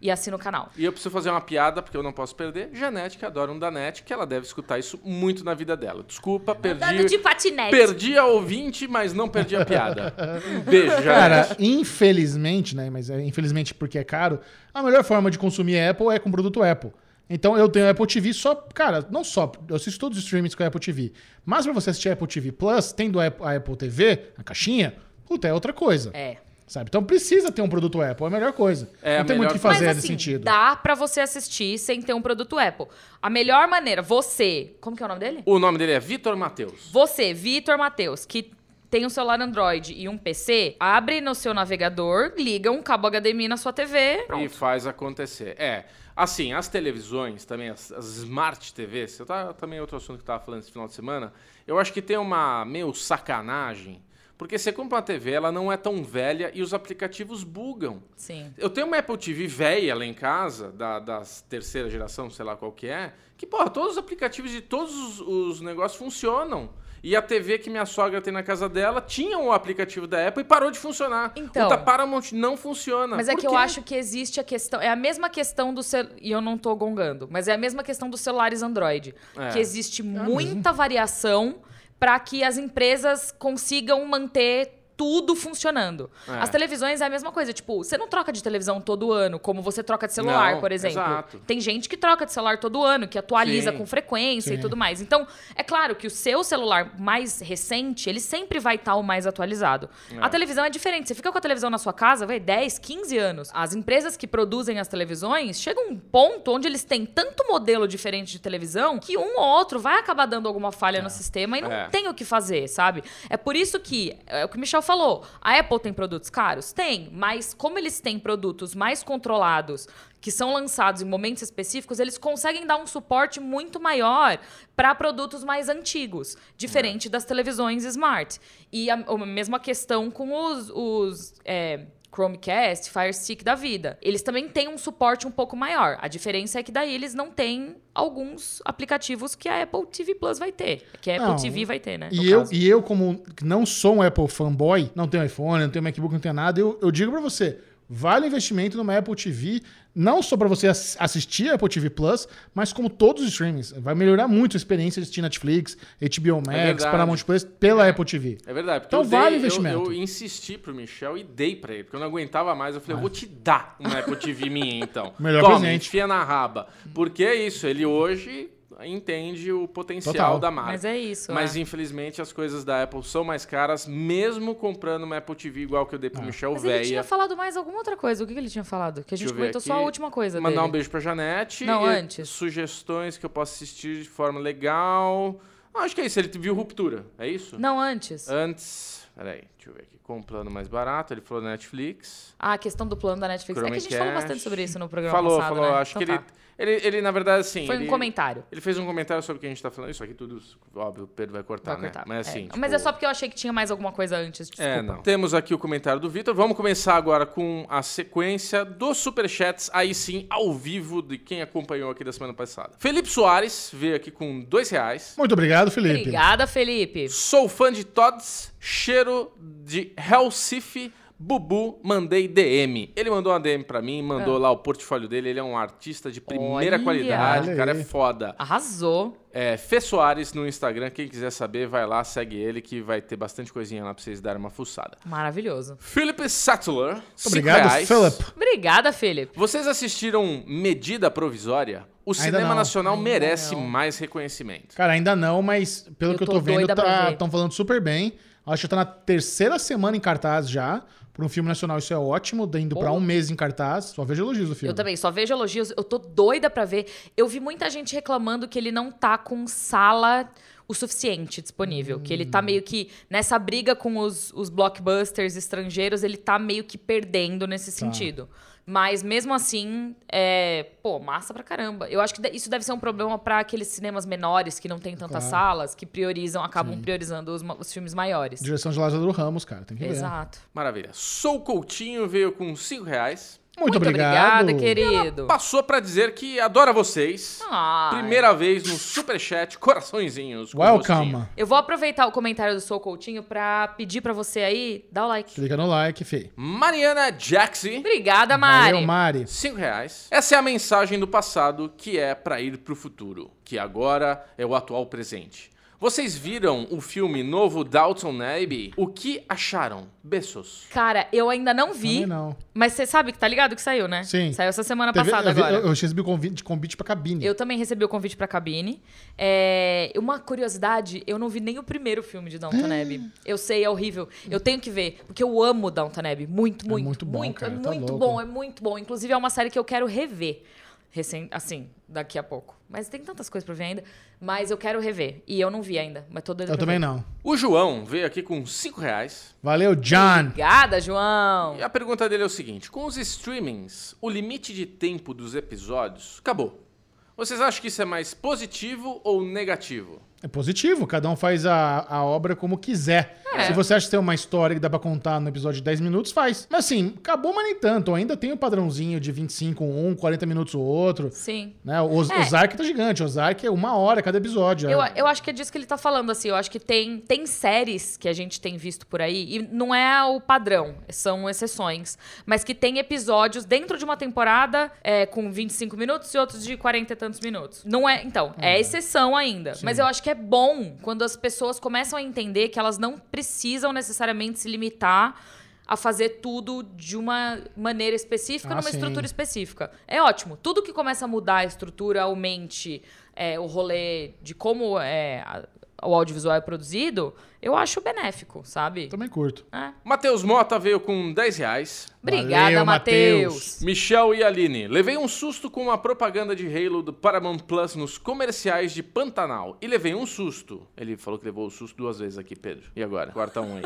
e assina o canal. E eu preciso fazer uma piada, porque eu não posso perder. Janete, que adora um Danete, que ela deve escutar isso muito na vida dela. Desculpa, Andando de perdi. patinete. Perdi a ouvinte, mas não perdi a piada. Um beijo, Cara, Janete. infelizmente, né? Mas é infelizmente porque é caro, a melhor forma de consumir Apple é com produto Apple. Então eu tenho Apple TV só, cara, não só, eu assisto todos os streamings com a Apple TV. Mas pra você assistir Apple TV Plus, tendo a Apple- a Apple TV, a caixinha, puta, é outra coisa. É. Sabe? Então precisa ter um produto Apple, é a melhor coisa. É não a tem muito o melhor que fazer Mas, nesse assim, sentido. Dá pra você assistir sem ter um produto Apple. A melhor maneira, você. Como que é o nome dele? O nome dele é Vitor Matheus. Você, Vitor Matheus, que tem um celular Android e um PC, abre no seu navegador, liga um cabo HDMI na sua TV. E faz acontecer. É. Assim, as televisões, também as, as smart TVs, eu tava, também é outro assunto que eu tava falando esse final de semana, eu acho que tem uma meio sacanagem, porque você compra uma TV, ela não é tão velha e os aplicativos bugam. Sim. Eu tenho uma Apple TV velha lá em casa, da, da terceira geração, sei lá qual que é, que, porra, todos os aplicativos de todos os, os negócios funcionam. E a TV que minha sogra tem na casa dela tinha o aplicativo da Apple e parou de funcionar. Então. o da Paramount não funciona. Mas é Por que eu quê? acho que existe a questão. É a mesma questão do cel... E eu não tô gongando, mas é a mesma questão dos celulares Android. É. Que existe muita variação para que as empresas consigam manter tudo funcionando. É. As televisões é a mesma coisa. Tipo, você não troca de televisão todo ano, como você troca de celular, Não, por exemplo. exato. Tem gente que troca de celular todo ano, que atualiza Sim. com frequência Sim. e tudo mais. Então, é claro que o seu celular mais recente, ele sempre vai estar o mais atualizado. A televisão é diferente. Você fica com a televisão na sua casa, vai 10, 15 anos. As empresas que produzem as televisões, chega um ponto onde eles têm tanto modelo diferente de televisão que um ou outro vai acabar dando alguma falha no sistema e não É. tem o que fazer, sabe? É por isso que, é o que o Michel falou, a Apple tem produtos caros? Tem, mas como eles têm produtos mais controlados, que são lançados em momentos específicos, eles conseguem dar um suporte muito maior para produtos mais antigos, diferente das televisões smart. E a, a mesma questão com os, os, é, Chromecast, Fire Stick da vida. Eles também têm um suporte um pouco maior. A diferença é que daí eles não têm alguns aplicativos que a Apple TV Plus vai ter, que a Apple Não, TV vai ter, né? no E eu, caso. e eu, como não sou um Apple fanboy, não tenho iPhone, não tenho MacBook, não tenho nada, eu, eu digo pra você, vale o investimento numa Apple TV, não só pra você ass- assistir a Apple TV Plus, mas como todos os streamings. Vai melhorar muito a experiência de assistir Netflix, HBO É Max, verdade. Paramount Plus, pela Apple TV. É verdade. porque Então eu dei- vale o eu- investimento. Eu, insisti pro Michel e dei pra ele, porque eu não aguentava mais. Eu falei, eu vou te dar uma Apple TV minha, então. Ah. Melhor Toma, presente. enfia na raba. Porque é isso, ele hoje entende o potencial Total. da marca. Mas é isso. Mas é. infelizmente as coisas da Apple são mais caras, mesmo comprando uma Apple TV igual que eu Ah. dei pro Michel Mas ele tinha Véia. falado mais alguma outra coisa. O que, que ele tinha falado? Que a Deixa gente eu ver comentou só a aqui. última coisa Mandar dele. um beijo pra Janete. Não, E antes. Sugestões que eu posso assistir de forma legal. Ah, acho que é isso. Ele viu Ruptura, é isso? Não, antes. Antes. Peraí, deixa eu ver aqui. Com um plano mais barato, ele falou Netflix. Ah, a questão do plano da Netflix. É que a gente Chromecast. falou bastante sobre isso no programa falou, passado, falou. né? Acho Então que ele, tá. ele. Ele, na verdade, assim. Foi um ele- comentário. Ele fez um comentário sobre o que a gente tá falando. Isso aqui tudo, óbvio, o Pedro vai cortar, Vai né? cortar. Mas É. assim. Mas tipo, é só porque eu achei que tinha mais alguma coisa antes. Desculpa. É, não. Temos aqui o comentário do Vitor. Vamos começar agora com a sequência dos superchats, aí sim, ao vivo, de quem acompanhou aqui da semana passada. Felipe Soares veio aqui com dois reais. Muito obrigado, Felipe. Obrigada, Felipe. Sou fã de Todds, cheiro de Hellsif, Bubu, mandei DM. Ele mandou uma DM pra mim, mandou lá o portfólio dele. Ele é um artista de Ah. primeira Olha. qualidade, o Olha cara aí. é foda. Arrasou. É, Fê Soares no Instagram, quem quiser saber, vai lá, segue ele que vai ter bastante coisinha lá pra vocês darem uma fuçada. Maravilhoso. Felipe Sattler, Muito cinco obrigado, reais. Philip. Obrigada, Felipe. Vocês assistiram Medida Provisória? O Ainda cinema não. nacional Ainda merece não. mais reconhecimento. Cara, ainda não, mas pelo Eu que eu tô tô, vendo, doida pra ver. estão falando super bem. Acho que tá na terceira semana em cartaz já. Pra um filme nacional, isso é ótimo, indo pra Pô. um mês em cartaz. Só vejo elogios do filme. Eu também, só vejo elogios. Eu tô doida pra ver. Eu vi muita gente reclamando que ele não tá com sala o suficiente disponível. Que ele Hum. tá meio que, nessa briga com os, os blockbusters estrangeiros, ele tá meio que perdendo Tá. nesse sentido. Mas mesmo assim, é, pô, massa pra caramba. Eu acho que de- isso deve ser um problema pra aqueles cinemas menores que não tem tantas Claro. salas, que priorizam, acabam priorizando os, ma- os filmes maiores. Direção de Lázaro Ramos, cara. Tem que é? ver. Exato. Maravilha. Sou Coutinho veio com 5 reais. Muito, obrigado. obrigada, querido. Passou pra dizer que adora vocês. Ai. Primeira vez no superchat, coraçõezinhos. com Welcome. rostinho. Eu vou aproveitar o comentário do Sou Coutinho pra pedir pra você aí, dá o like. Clica no like, Fê. Mariana Jaxi. Obrigada, Mari. Valeu, Mari. 5 reais. Essa é a mensagem do passado que é pra ir pro futuro, que agora é o atual presente. Vocês viram o filme novo Downton Abbey? O que acharam? Beijos. Cara, eu ainda não vi, Também não. mas você sabe que tá ligado que saiu, né? Sim. Saiu essa semana Teve- passada eu, vi- agora. eu, eu recebi convite, convite pra cabine. Eu também recebi o convite pra cabine. É, uma curiosidade, eu não vi nem o primeiro filme de Downton Abbey. Eu sei, é horrível. Eu tenho que ver, porque eu amo Downton Abbey. Muito, muito, muito bom, cara, É tá muito louco. bom, é muito bom. Inclusive, é uma série que eu quero rever. Recém, assim, daqui a pouco. Mas tem tantas coisas pra ver ainda. Mas eu quero rever. E eu não vi ainda, mas tô doida Eu pra também ver. não. O João veio aqui com 5 reais. Valeu, John. Obrigada, João! E a pergunta dele é o seguinte: com os streamings, o limite de tempo dos episódios acabou. Vocês acham que isso é mais positivo ou negativo? É positivo, cada um faz a, a obra como quiser. É. Se você acha que tem uma história que dá pra contar no episódio de 10 minutos, faz. Mas assim, acabou, mas nem tanto. Ainda tem o padrãozinho de 25 um, 40 minutos o outro. Sim. Né? O Oz- É. Ozark tá gigante. Ozark é uma hora cada episódio. Eu, É- eu acho que é disso que ele tá falando, assim. Eu acho que tem, tem séries que a gente tem visto por aí, e não é o padrão, são exceções. Mas que tem episódios dentro de uma temporada é, com 25 minutos e outros de 40 e tantos minutos. Não é. Então, Uhum. é exceção ainda. Mas eu acho que é bom quando as pessoas começam a entender que elas não precisam necessariamente se limitar. A fazer tudo de uma maneira específica, Ah, numa sim. estrutura específica. É ótimo. Tudo que começa a mudar a estrutura, aumente é, o rolê de como é, a- o audiovisual é produzido, eu acho benéfico, sabe? Também curto. É. Matheus Mota veio com 10 reais. Obrigada, Valeu, Matheus. Michel e Aline, levei um susto com uma propaganda de Halo do Paramount Plus nos comerciais de Pantanal. E levei um susto. Ele falou que levou o susto duas vezes aqui, Pedro. E agora? Quarta um aí.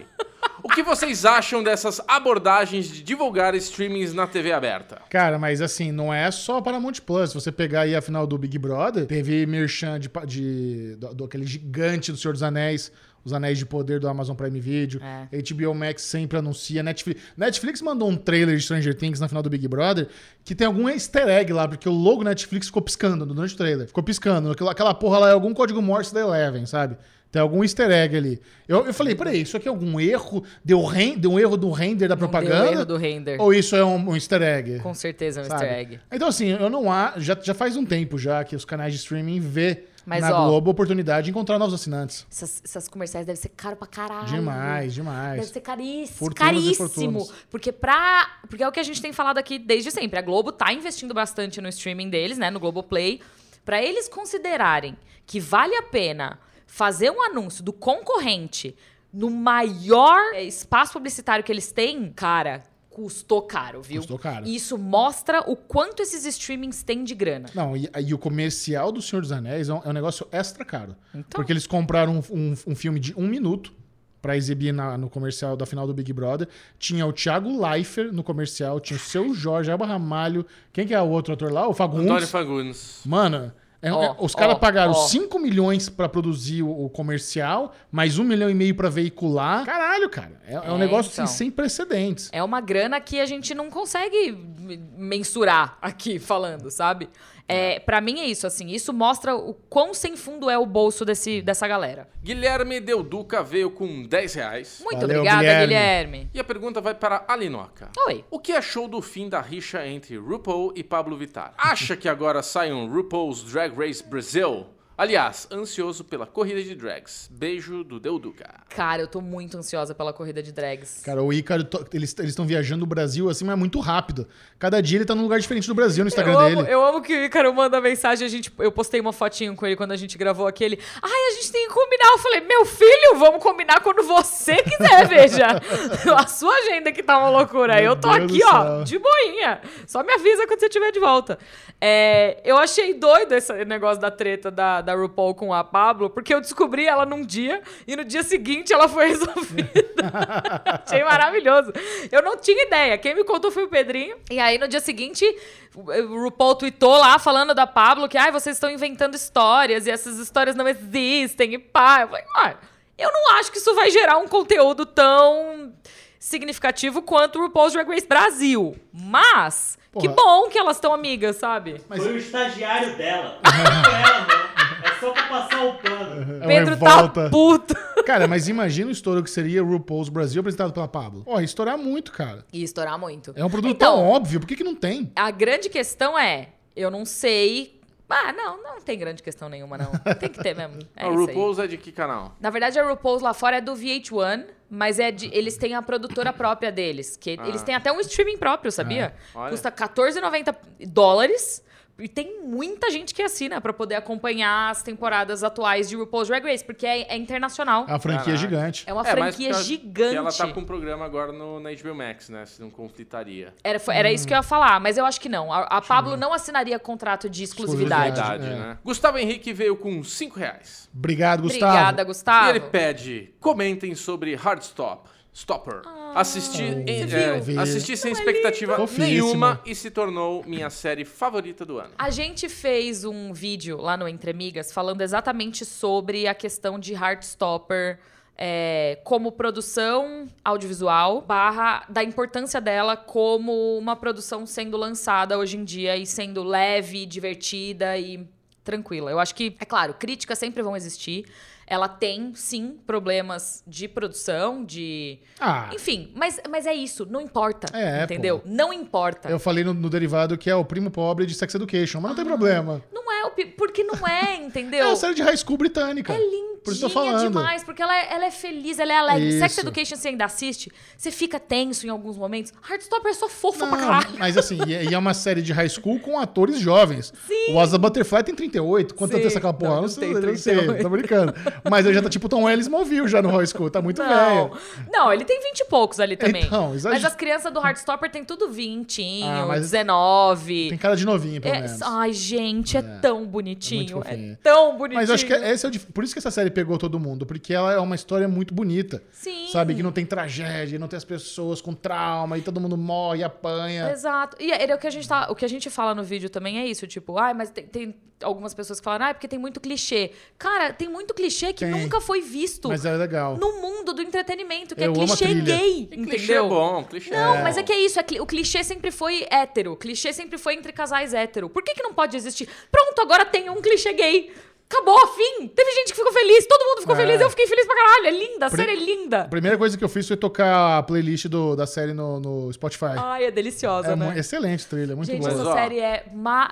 O que vocês acham dessas abordagens de divulgar streamings na TV aberta? Cara, mas assim, não é só Paramount Plus. Se você pegar aí a final do Big Brother, teve merchan de, pa- de- do, do- aquele gigante do Senhor dos Anéis, os Anéis de Poder do Amazon Prime Video. É. HBO Max sempre anuncia. Netflix, Netflix mandou um trailer de Stranger Things na final do Big Brother que tem algum easter egg lá, porque o logo Netflix ficou piscando durante o trailer. Ficou piscando. Aquela, aquela porra lá é algum código Morse da Eleven, sabe? Tem algum easter egg ali. Eu, eu falei, peraí, isso aqui é algum erro? Deu, ren- deu um erro do render da propaganda? erro do render. Ou isso é um, um easter egg? Com certeza é um sabe? easter egg. Então, assim, eu não há. Já, já faz um tempo já que os canais de streaming vê Mas, na ó- Globo a oportunidade de encontrar novos assinantes. Essas, essas comerciais devem ser caro pra caralho. Demais, demais. Deve ser caríssimo. Fortunas e caríssimo. fortunas. Porque pra. Porque é o que a gente tem falado aqui desde sempre. A Globo tá investindo bastante no streaming deles, né? No Globoplay. Pra eles considerarem que vale a pena fazer um anúncio do concorrente no maior eh, espaço publicitário que eles têm, cara, custou caro, viu? Custou caro. E isso mostra o quanto esses streamings têm de grana. Não, e, e o comercial do Senhor dos Anéis é um, é um negócio extra caro. Então. Porque eles compraram um, um- um filme de um minuto pra exibir na- no comercial da final do Big Brother. Tinha o Thiago Leifert no comercial, tinha o seu Jorge, Alba Ramalho. Quem que é o outro ator lá? O Fagundes. Antônio Fagundes. Mano, é- Ó, é- os caras ó, pagaram ó. 5 milhões pra produzir o, o comercial, mais um milhão e meio pra veicular. Caralho, cara. É, é um É, negócio assim, então. sem precedentes. É uma grana que a gente não consegue me- mensurar aqui falando, sabe? É, para mim é isso, assim. Isso mostra o quão sem fundo é o bolso desse, dessa galera. Guilherme Delduca veio com 10 reais. Muito Valeu, obrigada, Guilherme. E a pergunta vai para a Linoca. Oi. O que achou do fim da rixa entre RuPaul e Pablo Vittar? Acha que agora sai um RuPaul's Drag Race Brasil? Aliás, ansioso pela corrida de drags. Beijo do Delduca. Cara, eu tô muito ansiosa pela corrida de drags. Cara, o Ícaro, to- eles estão viajando o Brasil assim, mas muito rápido. Cada dia ele tá num lugar diferente do Brasil no Instagram eu amo, dele. eu amo que o Ícaro manda mensagem, a gente, eu postei uma fotinho com ele quando a gente gravou aquele. Ai, a gente tem que combinar. Eu falei, meu filho, vamos combinar quando você quiser, veja. a sua agenda que tá uma loucura. Meu eu tô Deus aqui, do céu. ó, de boinha. Só me avisa quando você estiver de volta. É, eu achei doido esse negócio da treta da, da RuPaul com a Pablo, porque eu descobri ela num dia e no dia seguinte ela foi resolvida. Achei maravilhoso. Eu não tinha ideia. Quem me contou foi o Pedrinho. E aí no dia seguinte, o RuPaul tweetou lá falando da Pablo que ai, vocês estão inventando histórias e essas histórias não existem e pá. Eu falei, "Ah, eu não acho que isso vai gerar um conteúdo tão significativo quanto o RuPaul's Drag Race Brasil. Mas, que Porra. bom que elas estão amigas, sabe? Mas- Foi o estagiário dela. Não foi ela, não. É só pra passar o pano. É uma Pedro revolta. tá puto. Cara, mas imagina o estouro que seria RuPaul's Brasil apresentado pela Pablo. Ó, ia estourar muito, cara. E estourar muito. É um produto Então- tão óbvio, por que, que não tem? A grande questão é, eu não sei. Ah, não, não tem grande questão nenhuma, não. Tem que ter mesmo. É a isso aí. RuPaul's é de que canal? Na verdade, a RuPaul's lá fora é do VH1, mas é de, eles têm a produtora própria deles. que Ah. Eles têm até um streaming próprio, sabia? Ah, olha. Custa 14,90 dólares. E tem muita gente que assina pra poder acompanhar as temporadas atuais de RuPaul's Drag Race, porque é, é internacional. A franquia é Caraca. gigante. É uma É, mas franquia por causa gigante. que Ela tá com um programa agora no, na HBO Max, né? Se não conflitaria. Era, foi- era isso que eu ia falar, mas eu acho que não. A, a Hum. Pablo não assinaria contrato de exclusividade. Exclusividade. Verdade, é. né? Gustavo Henrique veio com 5 reais. Obrigado, Gustavo. Obrigada, Gustavo. E ele pede, comentem sobre Hard Stop, Stopper. Ah. Assisti, em- você é, viu? assisti sem expectativa Fofíssimo. nenhuma e se tornou minha série favorita do ano. A gente fez um vídeo lá no Entre Amigas falando exatamente sobre a questão de Heartstopper é, como produção audiovisual, barra da importância dela como uma produção sendo lançada hoje em dia e sendo leve, divertida e tranquila. Eu acho que, é claro, críticas sempre vão existir. Ela tem, sim, problemas de produção, de. Ah, Enfim, mas, mas é isso, não importa. É, entendeu? Não importa. eu falei no, no derivado que é o primo pobre de Sex Education, mas não tem problema. Não é o pi- porque não é, entendeu? É uma série de high school britânica. É Por isso eu lindinha tô falando. demais, porque ela é, ela é feliz, ela é alegre. Sex Isso. Education você ainda assiste, você fica tenso em alguns momentos. Heartstopper é só fofo pra Não, caralho. mas assim, e é- e é uma série de high school com atores jovens. O Asa Butterfly tem 38. Quanto Sim. tem essa aquela porra? Não, Não, não sei, tem não sei, 38. tô brincando. Mas ele já tá tipo Tom Ellis Movil já no high school, tá muito velho. não, ele tem 20 e poucos ali também. Então, exagero. Mas as crianças do Heartstopper tem tudo 20, Ah, mas- 19. Tem cara de novinho, pelo É- menos. ai, gente, é, tão bonitinho. muito É, fofinho. tão bonitinho. Mas eu acho que esse é o dif- por isso que essa série pegou todo mundo, porque ela é uma história muito bonita. Sim. é Sabe que não tem tragédia, não tem as pessoas com trauma e todo mundo morre, apanha. Exato. E ele é o que a gente tá, o que a gente fala no vídeo também é isso, tipo, ai, mas tem, tem algumas pessoas que falam, ah, é porque tem muito clichê. Cara, tem muito clichê que Tem. nunca foi visto Mas é legal. no mundo do entretenimento, que Eu é amo a clichê trilha. gay, E Clichê é entendeu? bom, clichê Não, bom. mas é que é isso, é cli- o clichê sempre foi hétero, o clichê sempre foi entre casais hétero. Por que que não pode existir? Pronto, agora tem um clichê gay. Acabou, fim. Teve gente que ficou feliz, todo mundo ficou É. feliz, eu fiquei feliz pra caralho. É linda, a Pri- série é A linda. primeira coisa que eu fiz foi tocar a playlist do- da série no, no Spotify. Ai, é deliciosa, é né? mu- excelente trilha, muito Gente, boa. Mas, essa ó. série é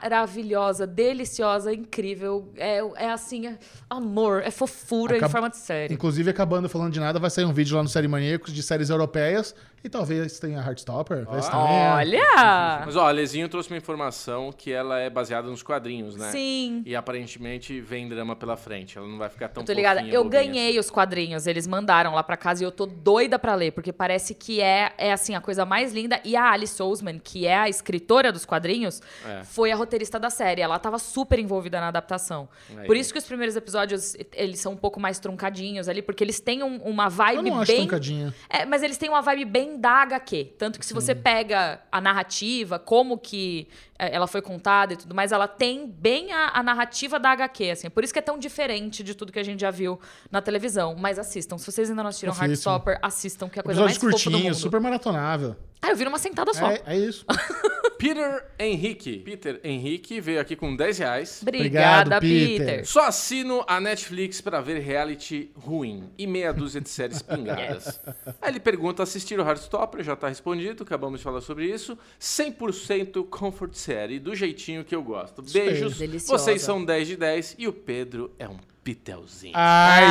maravilhosa, deliciosa, incrível. É, é assim, é amor, é fofura Acab- em forma de série. Inclusive, acabando falando de nada, vai sair um vídeo lá no Série Maníacos de séries europeias e talvez tenha Heartstopper. talvez tenha. Olha! Mas ó, a Lezinho trouxe uma informação que ela é baseada nos quadrinhos, né? Sim. E aparentemente vem drama pela frente. Ela não vai ficar tão Eu tô ligada. fofinha, Eu bobinha ganhei os quadrinhos, eles mandaram lá pra casa e eu tô doida pra ler, porque parece que é, é assim, a coisa mais linda. E a Alice Ousman, que é a escritora dos quadrinhos, É. foi a roteirista da série. Ela tava super envolvida na adaptação. Aí. Por isso que os primeiros episódios, eles são um pouco mais truncadinhos ali, porque eles têm um- uma vibe Eu não acho bem truncadinha. É, mas eles têm uma vibe bem da HQ. Tanto que se você pega a narrativa, como que é, ela foi contada e tudo mais, ela tem bem a, a narrativa da HQ, assim. Por isso que é tão diferente de tudo que a gente já viu na televisão. Mas assistam. Se vocês ainda não assistiram Fofíssimo. Heartstopper, assistam, que é a coisa Episódios mais fofa do mundo. curtinhos, super maratonável. Ah, eu vi numa sentada só. É, é isso. assim. Peter Henrique. Peter Henrique veio aqui com 10 reais. Obrigada, Obrigado, Peter. Peter. Só assino a Netflix pra ver reality ruim e meia dúzia de séries pingadas. Aí ele pergunta: assistir o Heartstopper? Já tá respondido, acabamos de falar sobre isso. 100% comfort série, do jeitinho que eu gosto. aí. Beijos, Deliciosa. vocês são 10 de 10 e o Pedro é um pitelzinho. Ah. Ai,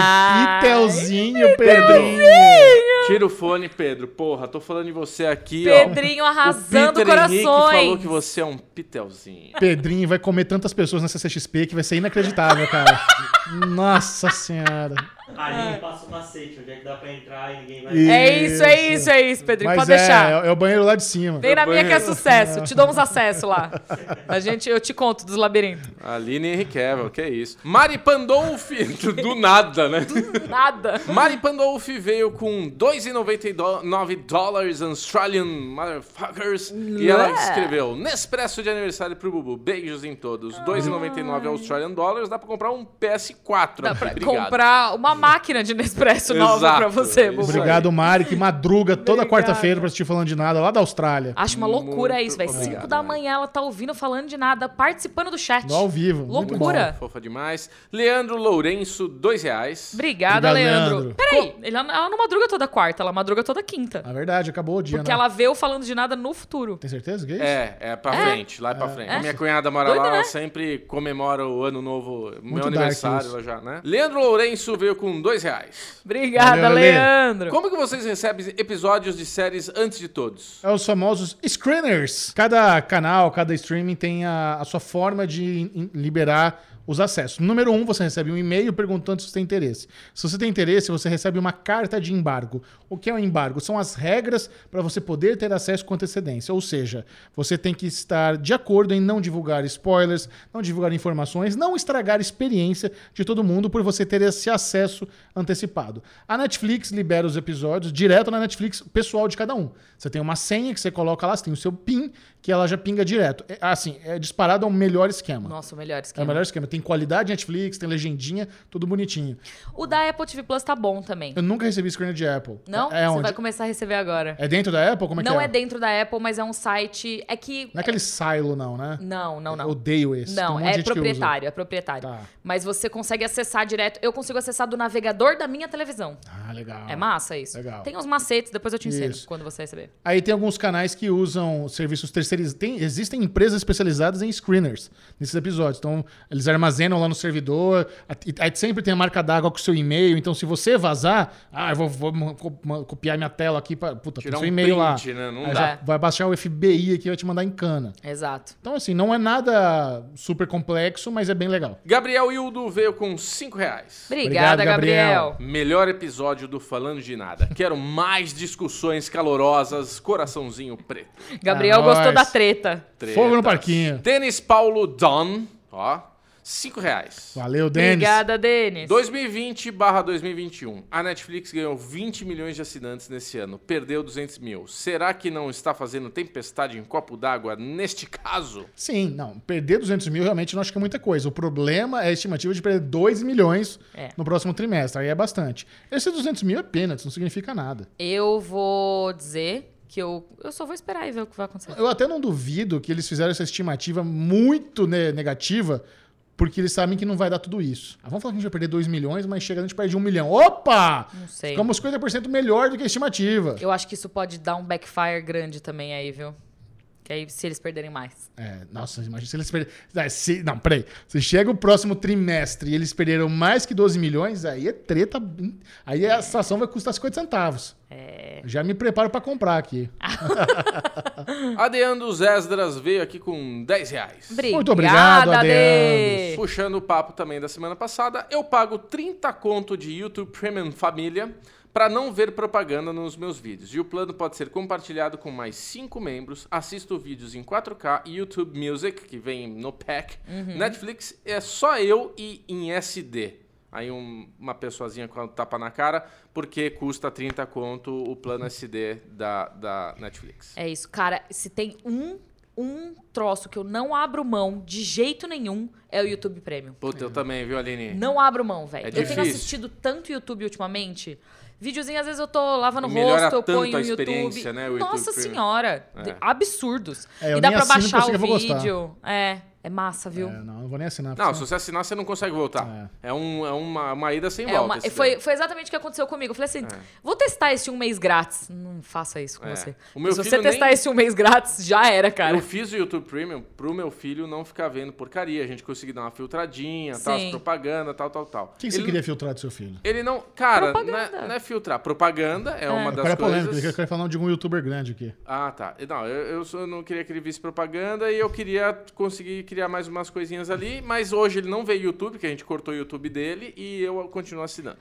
Ai, Pitelzinho, Pedrinho. Tira o fone, Pedro. Porra, tô falando de você aqui, Pedrinho ó. arrasando o Peter Henrique corações. falou que você é um pitelzinho. Pedrinho vai comer tantas pessoas nessa CXP que vai ser inacreditável, cara. Nossa senhora. Ali passa o macete, onde é que dá pra entrar e ninguém vai. E- É. É isso, é isso, é isso, Pedrinho. Mas Pode é, deixar. É, o banheiro lá de cima. Vem na minha que é banheiro. sucesso. Te dou uns acessos lá. A gente, eu te conto dos labirintos. Aline Henrique Evel, que é isso. Mari Pandolfi, do nada, né? Nada. Mari Pandolfi veio com 2,99 dólares Australian motherfuckers. E ela Ué. escreveu: Nespresso de aniversário pro Bubu. Beijos em todos. 2,99 Australian dollars. Dá pra comprar um PS4. Dá pra Obrigado. comprar uma máquina de Nespresso nova Exato, é pra você, isso Bubu. aí. Obrigado, Mari, que madruga toda Obrigada. quarta-feira pra assistir falando de nada lá da Austrália. Acho uma Muito loucura isso, velho. obrigado, é. 5 da Mari. manhã ela tá ouvindo falando de nada, participando do chat. No ao vivo. muito Loucura. Fofa demais. Leandro Lourenço, dois reais. Obrigada, Obrigado, Leandro. Leandro. Peraí, ele- ela não madruga toda quarta, ela madruga toda quinta. bom. Na verdade, acabou o dia, porque né? ela vê eu falando de nada no futuro. Tem certeza que é isso? É, é pra frente, lá é pra frente. A minha cunhada mora Doido, lá, né? ela sempre comemora o ano novo, meu dark aniversário isso. ela já, né? Leandro Lourenço veio com dois reais. Obrigada, Valeu, Lelê. Leandro. Como que vocês recebem episódios de séries antes de todos? É os famosos screeners. Cada canal, cada streaming tem a, a sua forma de in- liberar os acessos. Número um, você recebe um e-mail perguntando se você tem interesse. Se você tem interesse, você recebe uma carta de embargo. O que é um embargo? São as regras para você poder ter acesso com antecedência. Ou seja, você tem que estar de acordo em não divulgar spoilers, não divulgar informações, não estragar a experiência de todo mundo por você ter esse acesso antecipado. A Netflix libera os episódios direto na Netflix pessoal de cada um. Você tem uma senha que você coloca lá, você tem o seu PIN, que ela já pinga direto. É, assim, é disparado ao melhor esquema. Nossa, o melhor É esquema. o melhor esquema. Tem qualidade Netflix, tem legendinha, tudo bonitinho. O da Apple TV Plus tá bom também. Eu nunca recebi screener de Apple. Não? É, Você onde? vai começar a receber agora. É dentro da Apple? Como é não que é? é dentro da Apple, mas é um site. É que. Não é aquele silo, não, né? Não, não, Eu não. odeio esse. Tem um Não, monte de é gente que usa. proprietário, é proprietário. Tá. Mas você consegue acessar direto. Eu consigo acessar do navegador da minha televisão. Ah, legal. É massa isso. legal. Tem uns macetes, depois eu te ensino Isso. quando você receber. Aí tem alguns canais que usam serviços terceirizados. Tem, existem empresas especializadas em screeners nesses episódios. Então, eles armazenam lá no servidor. a- e- Aí sempre tem a marca d'água com o seu e-mail. Então, se você vazar, ah, eu vou, vou mo- co- mo- copiar minha tela aqui para. Puta, tem Tirar seu um e-mail lá. print, né? Não Aí dá. já vai baixar o FBI aqui e vai te mandar em cana. Exato. Então, assim, não é nada super complexo, mas é bem legal. Gabriel Hildo veio com cinco reais. Obrigada, Obrigado, Gabriel. Gabriel. Melhor episódio do Falando de Nada. Quero mais discussões calorosas, coraçãozinho preto. Gabriel É gostou nóis. da treta. Fogo no Tretas. parquinho. Denis Paulo Don, ó, cinco reais. Valeu, Denis. Obrigada, Denis. 2020 barra 2021. A Netflix ganhou 20 milhões de assinantes nesse ano, perdeu 200 mil. Será que não está fazendo tempestade em copo d'água neste caso? Sim, não. Perder 200 mil realmente não acho que é muita coisa. O problema é a estimativa de perder 2 milhões É. no próximo trimestre. Aí é bastante. Esse 200 mil é peanuts, não significa nada. Eu vou dizer que eu, eu só vou esperar e ver o que vai acontecer. Eu até não duvido que eles fizeram essa estimativa muito ne- negativa, porque eles sabem que não vai dar tudo isso. Ah, vamos falar que a gente vai perder 2 milhões, mas chega a gente perde 1 milhão. Opa! Não sei. Ficamos 50% melhor do que a estimativa. Eu acho que isso pode dar um backfire grande também aí, viu? Que aí se eles perderem mais. É, nossa, imagina se eles perderem. Ah, se- Não, peraí. Se chega o próximo trimestre e eles perderam mais que 12 milhões, aí é treta. Aí É. a ação vai custar 50 centavos. Já me preparo pra comprar aqui. Ah. Adeando os Esdras veio aqui com 10 reais. Muito obrigado, Obrigada, Adeandros. Dê. Puxando o papo também da semana passada, eu pago 30 conto de YouTube Premium Família para não ver propaganda nos meus vídeos. E o plano pode ser compartilhado com mais 5 membros. Assisto vídeos em 4K, YouTube Music, que vem no pack. Netflix é só eu e em SD. Aí um- uma pessoazinha com a tapa na cara, porque custa 30 conto o plano SD da, da Netflix. É isso, cara. Se tem um, um troço que eu não abro mão de jeito nenhum, é o YouTube Premium. Puta, eu também, viu, Aline? Não abro mão, velho. É eu tenho difícil. assistido tanto YouTube ultimamente. Videozinho, às vezes eu tô lavando o Melhora rosto, eu tanto ponho a o YouTube. experiência, né, o YouTube Nossa Premium. É. senhora, de- absurdos. É, eu e dá nem pra assino porque eu baixar sei o que eu vou gostar. vídeo. É, é massa, viu? É, não, não vou nem assinar. Não, se senão- você assinar, você não consegue voltar. É, um, é uma, uma ida sem É volta. uma- esse daí. foi, foi exatamente o que aconteceu comigo. Eu falei assim: vou testar esse um mês grátis. Não faça isso com É. você. O meu Se você filho testar nem- esse um mês grátis, já era, cara. Eu fiz o YouTube Premium pro meu filho não ficar vendo porcaria. A gente conseguiu dar uma filtradinha, tal, as Sim. propaganda, tal, tal, tal. O que que você ele, queria filtrar do seu filho? Ele não. Cara, não é, Propaganda. não é filtrar. Propaganda é, uma das Agora é polêmico, eu coisas. quero falar de um youtuber grande aqui. Ah, tá. Não, eu, eu só não queria que ele visse propaganda e eu queria conseguir criar mais umas coisinhas ali, mas hoje ele não vê YouTube, porque a gente cortou o YouTube dele e eu continuo assinando.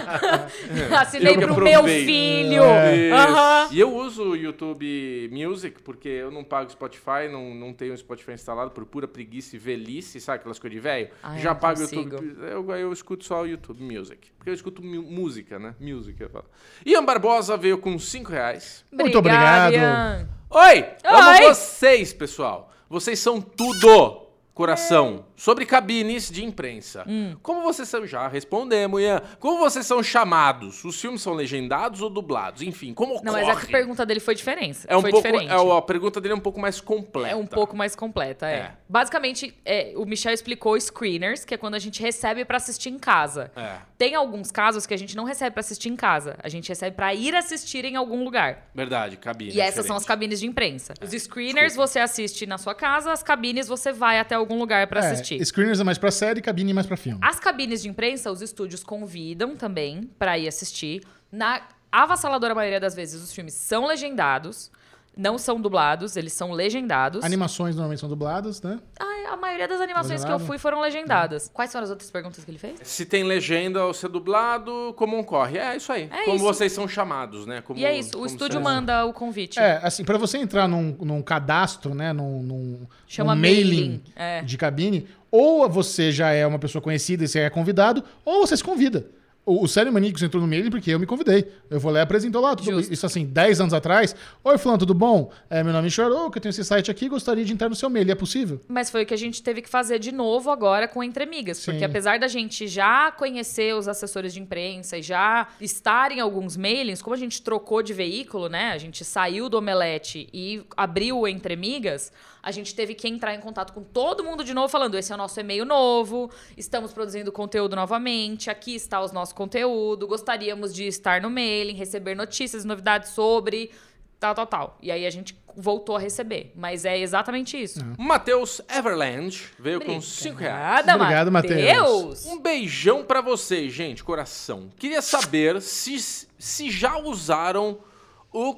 Assinei Eu que pro meu aprovei. filho. É. Aham. E eu uso o YouTube Music, porque eu não pago Spotify, não, não tenho Spotify instalado por pura preguiça e velhice, sabe aquelas coisas de velho? Ah, eu Já não pago o consigo. YouTube. Eu, eu escuto só o YouTube Music. Porque eu escuto mu- música, né? Music, eu falo. Ian Barbosa veio com 5 reais. Muito obrigado. Ian. Oi! Amo Oi! vocês, pessoal. Vocês são tudo, coração. Sobre cabines de imprensa. Hum. Como vocês são... Já respondemos, Ian. Como vocês são chamados? Os filmes são legendados ou dublados? Enfim, como Não, ocorre? mas a pergunta dele foi diferença. É um foi pouco... diferente. É, o- a pergunta dele é um pouco mais completa. É um pouco mais completa, é. É. Basicamente, é, o Michel explicou screeners, que é quando a gente recebe pra assistir em casa. É, Tem alguns casos que a gente não recebe pra assistir em casa, a gente recebe pra ir assistir em algum lugar. verdade, cabine. é E essas são as cabines de imprensa. Os screeners você assiste na sua casa, as cabines você vai até algum lugar pra É, assistir. Ah, Screeners é mais pra série, cabine é mais pra filme. As cabines de imprensa, os estúdios convidam também pra ir assistir. Na avassaladora maioria das vezes, os filmes são legendados, não são dublados, eles são legendados. Animações normalmente são dubladas, né? Ah, a maioria das animações que eu Legendado? fui foram legendadas. Quais foram as outras perguntas que ele fez? Se tem legenda ou ser dublado, como ocorre? É isso aí. É como isso. vocês são chamados, né? Como- E é isso, o como estúdio são- manda o convite. É, assim, pra você entrar num, num cadastro, né? Num, num- Chama num mailing, mailing, é. de cabine, ou você já é uma pessoa conhecida e você é convidado, ou você se convida. O, o Sério Maníacos entrou no mailing porque eu me convidei. Eu vou lá e apresentou lá. Tudo, Justo. isso assim, 10 anos atrás. Oi, fulano, tudo bom? É, meu nome é Chorou, que eu tenho esse site aqui, gostaria de entrar no seu mail. É possível? Mas foi o que a gente teve que fazer de novo agora com Entre Amigas. Sim. Porque apesar da gente já conhecer os assessores de imprensa e já estar em alguns mailings, como a gente trocou de veículo, né? A gente saiu do Omelete e abriu o Entre Amigas, a gente teve que entrar em contato com todo mundo de novo, falando: esse é o nosso e-mail novo, estamos produzindo conteúdo novamente, aqui está o nosso conteúdo, gostaríamos de estar no mailing, receber notícias, novidades sobre. Tal, tal, tal. E aí a gente voltou a receber. Mas é exatamente isso. Matheus Everland veio com 5 reais. Obrigada, Obrigado, Matheus. Um beijão pra vocês, gente, coração. Queria saber se, se já usaram o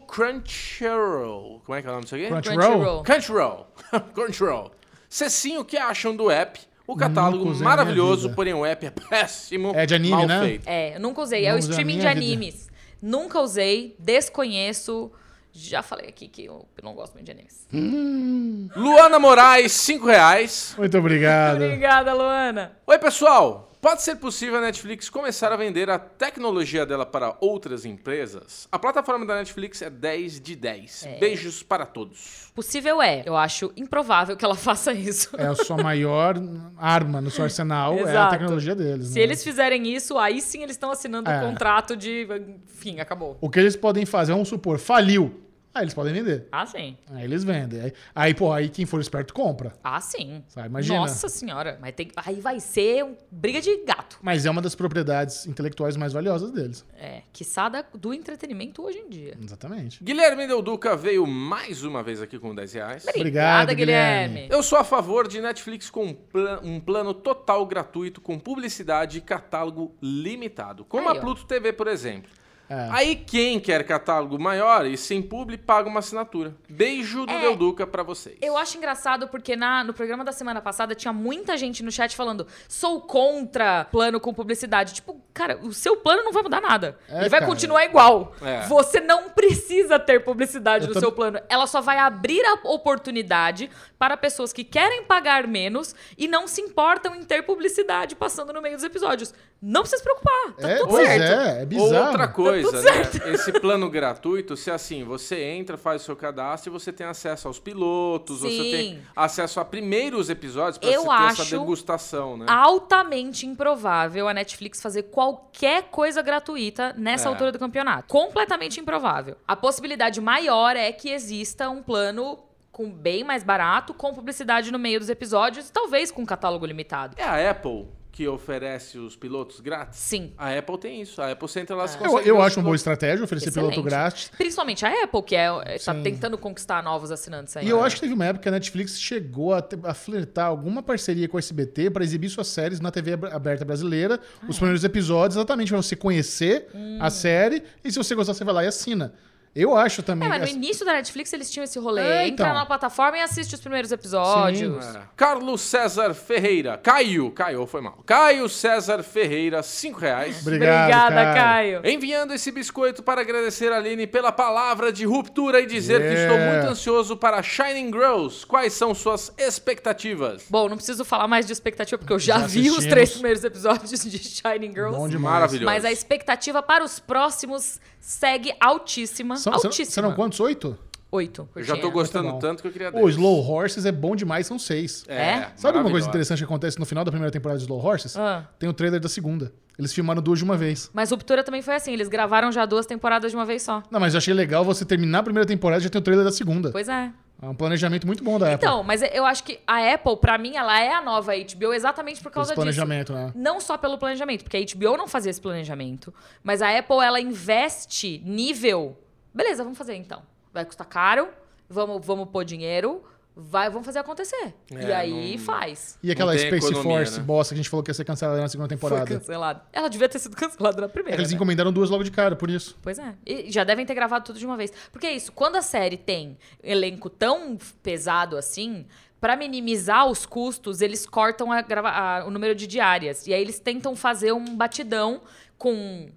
Crunchyroll. Como é que é o nome disso aqui? Crunchyroll. Crunchyroll. Crunchyroll. Crunchyroll. Cecinho, o que acham do app? O catálogo Nunca usei na minha maravilhoso, vida. porém o app é péssimo. É de anime, mal né? Feito. É, eu nunca usei. é Não o usei a streaming de minha vida. animes. Nunca usei, desconheço. Já falei aqui que eu não gosto muito de animes. É. Luana Moraes, 5 reais. Muito obrigado. Obrigada, Luana. Oi, pessoal. Pode ser possível a Netflix começar a vender a tecnologia dela para outras empresas? A plataforma da Netflix é 10 de 10. Beijos para todos. Possível é. Eu acho improvável que ela faça isso. É a sua maior arma no seu arsenal, é a Exato. tecnologia deles. Se né? eles fizerem isso, aí sim eles estão assinando É. um contrato de. Enfim, acabou. O que eles podem fazer, vamos supor, faliu. Aí eles podem vender. Ah, sim. Aí eles vendem. Aí, aí, pô, aí quem for esperto compra. Ah, sim. Sabe, imagina. Nossa senhora. Mas tem... aí vai ser um... briga de gato. Mas é uma das propriedades intelectuais mais valiosas deles. É, quiçada do entretenimento hoje em dia. Exatamente. Guilherme Del Duca veio mais uma vez aqui com 10 reais. Obrigado, Obrigada, Guilherme. Eu sou a favor de Netflix com um, plan- um plano total gratuito, com publicidade e catálogo limitado. Como Aí, a ó. Pluto TV, por exemplo. É. Aí quem quer catálogo maior e sem publi paga uma assinatura. Beijo do Del Duca pra vocês. É, Eu acho engraçado porque na, no programa da semana passada tinha muita gente no chat falando sou contra plano com publicidade. Tipo, cara, o seu plano não vai mudar nada. É, Ele vai cara. continuar igual. É. Você não precisa ter publicidade Eu no tam- seu plano. Ela só vai abrir a oportunidade para pessoas que querem pagar menos e não se importam em ter publicidade passando no meio dos episódios. Não precisa se preocupar. Tá É, tudo pois certo. é, é Ou bizarro. outra Tá coisa, tudo né? Esse plano gratuito, se assim, você entra, faz o seu cadastro e você tem acesso aos pilotos, você Sim. tem acesso a primeiros episódios pra Eu você ter acho essa degustação, né? altamente improvável a Netflix fazer qualquer coisa gratuita nessa É. altura do campeonato. Completamente improvável. A possibilidade maior é que exista um plano com bem mais barato, com publicidade no meio dos episódios, e talvez com um catálogo limitado. É a Apple que oferece os pilotos grátis? Sim. A Apple tem isso. A Apple você entra lá e você É. Eu, consegue eu ver os acho uma boa pilotos. estratégia oferecer piloto Excelente. grátis. Principalmente a Apple, que é, é, tá Sim. tentando conquistar novos assinantes ainda. E eu acho que teve uma época que a Netflix chegou a, te- a flertar alguma parceria com a SBT pra exibir suas séries na TV ab- aberta brasileira, Ah, é? Hum. os primeiros episódios, exatamente pra você conhecer a série e se você gostar, você vai lá e assina. Eu acho também. É, mas no essa- início da Netflix eles tinham esse rolê. assim É, Entra então. na plataforma e assiste os primeiros episódios. Sim. É. Carlos César Ferreira. Caio. Caio, foi mal. Caio César Ferreira, 5 reais. Obrigado, Obrigada, cara. Caio. Enviando esse biscoito para agradecer a Aline pela palavra de ruptura e dizer que estou Yeah. muito ansioso para Shining Girls. Quais são suas expectativas? Bom, não preciso falar mais de expectativa, porque eu já, Já vi os assistimos. três primeiros episódios de Shining Girls. Bom demais. Maravilhoso. mas a expectativa para os próximos segue altíssima. São, serão, Ah, altíssima. serão quantos? Oito? Oito. é. Eu já tô curtinha. gostando bom. tanto que eu queria O dez. Slow Horses é bom demais, são seis. É? Sabe uma coisa maravilhosa. interessante que acontece no final da primeira temporada de Slow Horses? Ah. Tem o trailer da segunda. Eles filmaram duas de uma vez. Mas Ruptura também foi assim, eles gravaram já duas temporadas de uma vez só. Não, mas eu achei legal você terminar a primeira temporada e já ter o trailer da segunda. Pois é. É um planejamento muito bom da Apple. Então, mas eu acho que a Apple, pra mim, ela é a nova HBO exatamente por Esse causa disso. planejamento, né? Não só pelo planejamento, porque a HBO não fazia esse planejamento, mas a Apple, ela investe nível. Beleza, vamos fazer então. Vai custar caro, vamos, vamos pôr dinheiro, vai, vamos fazer acontecer. e É, aí não- faz. E aquela Não tem Space economia, Force né? bosta que a gente falou que ia ser cancelada na segunda Foi temporada. cancelado. Ela devia ter sido cancelada na É que primeira. eles né? encomendaram duas logo de cara, por isso. Pois é. E já devem ter gravado tudo de uma vez. Porque é isso, quando a série tem elenco tão pesado assim, pra minimizar os custos, eles cortam a grava- a- o número de diárias. E aí eles tentam fazer um batidão com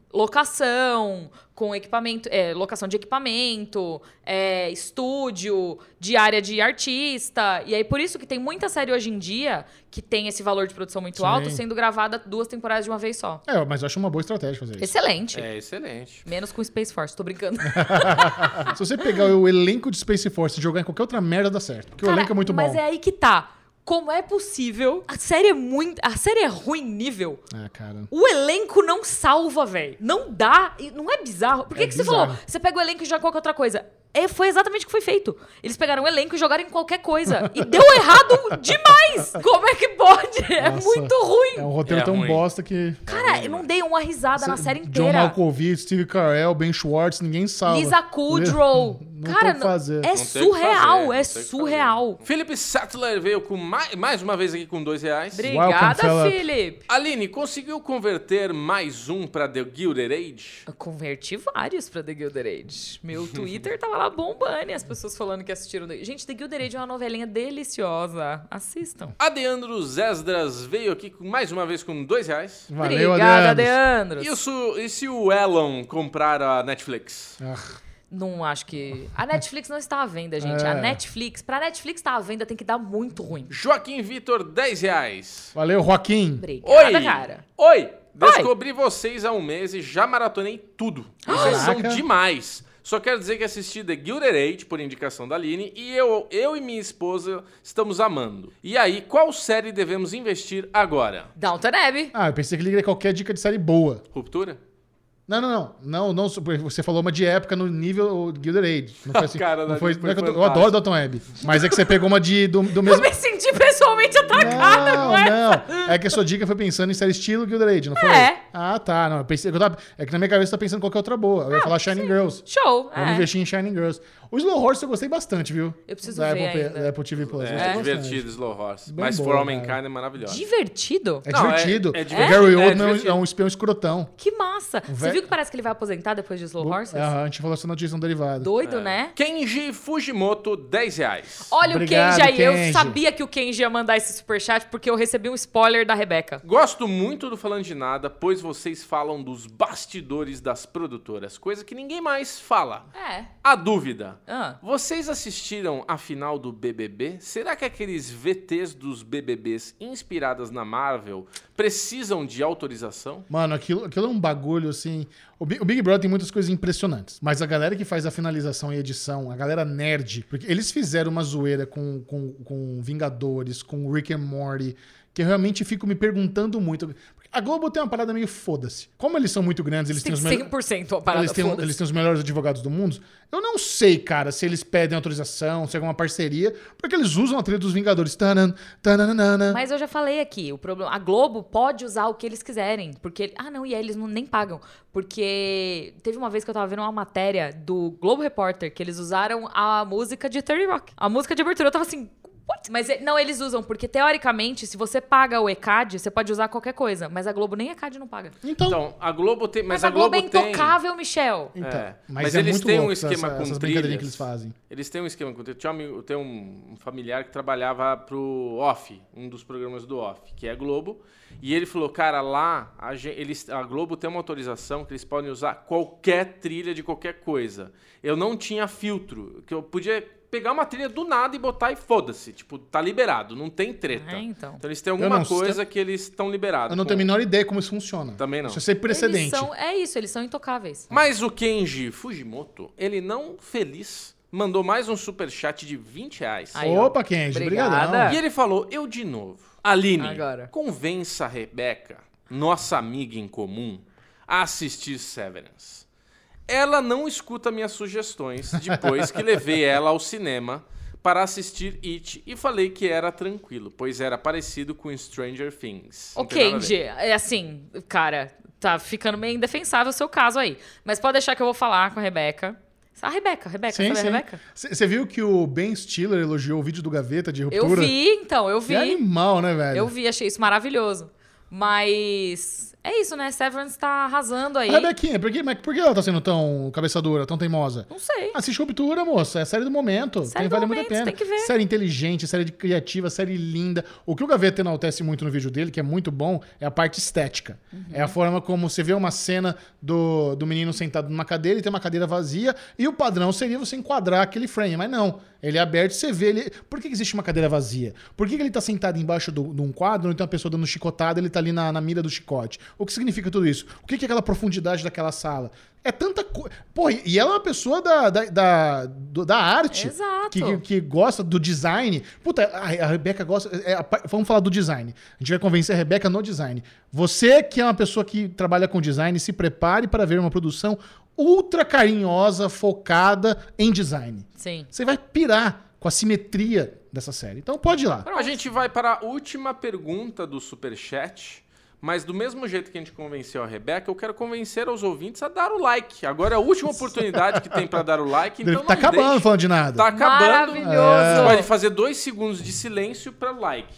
locação, com equipamento, é, locação de equipamento, é, estúdio, diária de artista. E aí por isso que tem muita série hoje em dia que tem esse valor de produção muito Sim. alto, sendo gravada duas temporadas de uma vez só. É, mas eu acho uma boa estratégia fazer isso. Excelente. É excelente. Menos com Space Force, tô brincando. Se você pegar o elenco de Space Force e jogar em qualquer outra merda, dá certo. Porque o Cara, elenco é muito mas bom. é aí que tá. Como é possível? A série é muito. A série é ruim nível. É, cara. O elenco não salva, velho. Não dá. E Não é bizarro. Por que, É que você bizarro. falou? Você pega o elenco e joga qualquer outra coisa. É, foi exatamente o que foi feito. Eles pegaram o elenco e jogaram em qualquer coisa. E deu errado demais! Como é que pode? É Nossa. muito ruim. É um roteiro É tão ruim. bosta que. Cara, eu não dei uma risada na série John inteira. Malkovich, Steve Carell, Ben Schwartz, ninguém sabe. Lisa Kudrow. Não tem Cara, o que não- fazer. é Não tem o que surreal. fazer, é não tem o que fazer. surreal. Felipe Sattler veio com mais, mais uma vez aqui com dois reais. Obrigada, fella. Felipe. Aline, conseguiu converter mais um pra The Gilded Age? Eu converti vários pra The Gilded Age. Meu Twitter tava lá bombando e as pessoas falando que assistiram. The- Gente, The Gilded Age é uma novelinha deliciosa. Assistam. Adeandro Zesdras veio aqui com- mais uma vez com dois reais. Valeu, Obrigada, Adriano. Deandros. E, o su- e se o Elon comprar a Netflix? Ah, Não acho que. A Netflix não está à venda, gente. A É. Netflix, pra Netflix estar à venda, tem que dar muito ruim. Joaquim Vitor, 10 reais. valeu, Joaquim. Obrigada, cara. Oi! Descobri vocês há um mês e já maratonei tudo. Vocês são Caraca. demais. Só quero dizer que assisti The Gilded Age, por indicação da Aline, e eu, eu e minha esposa estamos amando. E aí, qual série devemos investir agora? Downton Abbey. Ah, eu pensei que ele queria qualquer dica de série boa. Ruptura? Não, não, não. Não, não. Você falou uma de época no nível Gilded Age. Não foi assim. Cara, não Dani, foi, foi não é que eu, tô- eu fantástico. adoro Dalton Web. Mas é que você pegou uma de, do, do Eu mesmo. me senti pessoalmente atacada, não, Não, é? não. É que a sua dica foi pensando em série estilo Gilded Age, não foi? É. Ah, tá. Não, eu pensei, eu tava- é que na minha cabeça eu tô pensando em qualquer outra boa. Eu ia falar Shining Girls. Show. Vamos é. investir em Shining Girls. O Slow Horse eu gostei bastante, viu? Eu preciso da ver Apple, ainda. da Apple TV Plus. Eu gostei É, bastante. divertido, Slow Horse. Bem Mas boa, For cara. Mankind é maravilhosa. Divertido? É Não, é- divertido. é O divertido. Gary É Oldman é, um- divertido. é um espião escrotão. Que massa. Você velho- viu que parece que ele vai aposentar depois de Slow Horses? Aham, a gente falou isso na notícia derivada. Doido, né? Kenji Fujimoto, 10 reais. Olha Obrigado, o Kenji aí. Eu Kenji. sabia que o Kenji ia mandar esse superchat porque eu recebi um spoiler da Rebeca. Gosto muito do Falando de Nada, pois vocês falam dos bastidores das produtoras, coisa que ninguém mais fala. É. A dúvida. Ah. Vocês assistiram a final do BBB? Será que aqueles VTs dos BBBs inspiradas na Marvel precisam de autorização? Mano, aquilo, aquilo é um bagulho, assim. O Bi- o Big, Brother tem muitas coisas impressionantes. Mas a galera que faz a finalização e edição, a galera nerd, porque eles fizeram uma zoeira com, com, com Vingadores, com Rick and Morty, que eu realmente fico me perguntando muito. Porque A Globo tem uma parada meio foda-se. Como eles são muito grandes, eles Tem têm os melhores. 100% a parada eles, têm, um, foda-se. eles têm os melhores advogados do mundo. Eu não sei, cara, se eles pedem autorização, se é alguma parceria, porque eles usam a trilha dos Vingadores. Tanan, tananana. Mas eu já falei aqui, o problema, a Globo pode usar o que eles quiserem, porque ah não, e aí eles não, nem pagam, porque teve uma vez que eu tava vendo uma matéria do Globo Repórter que eles usaram a música de 30 Rock, a música de abertura, eu tava assim, what chato. Mas eh, não, eles usam, porque teoricamente, se você paga o ECAD, você pode usar qualquer coisa. Mas a Globo nem ECAD não paga. Então, Então, a Globo tem. Mas, Mas, a Globo, é tem- intocável, Michel. então, é. mas, Mas é eles muito têm um louco esquema essa- com essas brincadeiras que trilhas. eles fazem. Eles têm um esquema. Eu tinha um, amigo- eu tenho um, um familiar que trabalhava pro Off, um dos programas do Off, que é Globo. E ele falou, cara, lá a, gen- eles, a Globo tem uma autorização que eles podem usar qualquer trilha de qualquer coisa. Eu não tinha filtro, que eu podia pegar uma trilha do nada e botar e foda-se. Tipo, tá liberado, não tem treta. Ah, então. Então eles têm Eu alguma não- coisa que eles estão liberados. Eu não com- tenho a menor ideia como isso funciona. Também não. Isso é precedente. Eles são, é isso, eles são intocáveis. Mas o Kenji Fujimoto, ele não feliz, mandou mais um superchat de 20 reais. Aí, ó. Opa, Kenji, Obrigada. obrigadão. E ele falou, eu de novo. Aline, É. Agora. convença a Rebeca, nossa amiga em comum, a assistir Severance. Ela não escuta minhas sugestões depois que levei ela ao cinema para assistir It e falei que era tranquilo, pois era parecido com Stranger Things. Não Ô, tem nada a ver. Kendi, é assim, cara, tá ficando meio indefensável o seu caso aí. Mas pode deixar que eu vou falar com a Rebeca. A Rebeca, Rebeca, Sim, sabe a sim. Rebeca? Você viu que o Ben Stiller elogiou o vídeo do Gaveta de Eu ruptura? vi, então, eu vi. Que animal, né, velho? Eu vi, achei isso maravilhoso. Mas é isso, né? Severance tá arrasando aí. A Rebequinha, por que, mas por que ela tá sendo tão cabeça dura, tão teimosa? Não sei. Assiste Ruptura, moça. É série do momento. Série tem, do vale momento, muito a pena. tem que ver. Série inteligente, série de criativa, série linda. O que o Gaveta enaltece muito no vídeo dele, que é muito bom, é a parte estética. É a forma como você vê uma cena do, do menino sentado numa cadeira e tem uma cadeira vazia. E o padrão seria você enquadrar aquele frame, mas não. Ele é aberto e você vê ele. Por que que existe uma cadeira vazia? Por que que ele tá sentado embaixo do- de um quadro, ou tem uma pessoa dando chicotada, ele tá ali na, na mira do chicote? O que significa tudo isso? O que que é aquela profundidade daquela sala? É tanta coisa. Pô, e ela é uma pessoa da, da, da, do- da arte. Exato. Que, que- que gosta do design. Puta, a, a Rebeca gosta. é, a par- vamos falar do design. A gente vai convencer a Rebeca no design. Você que é uma pessoa que trabalha com design, se prepare para ver uma produção ultra carinhosa, focada em design. Sim. Você vai pirar com a simetria dessa série. Então pode ir lá. A gente vai para a última pergunta do Superchat. Mas do mesmo jeito que a gente convenceu a Rebeca, eu quero convencer os ouvintes a dar o like. Agora é a última oportunidade que tem para dar o like, então tá não acabando deixe. falando de nada. Tá acabando. Você pode Maravilhoso. fazer dois segundos de silêncio para like.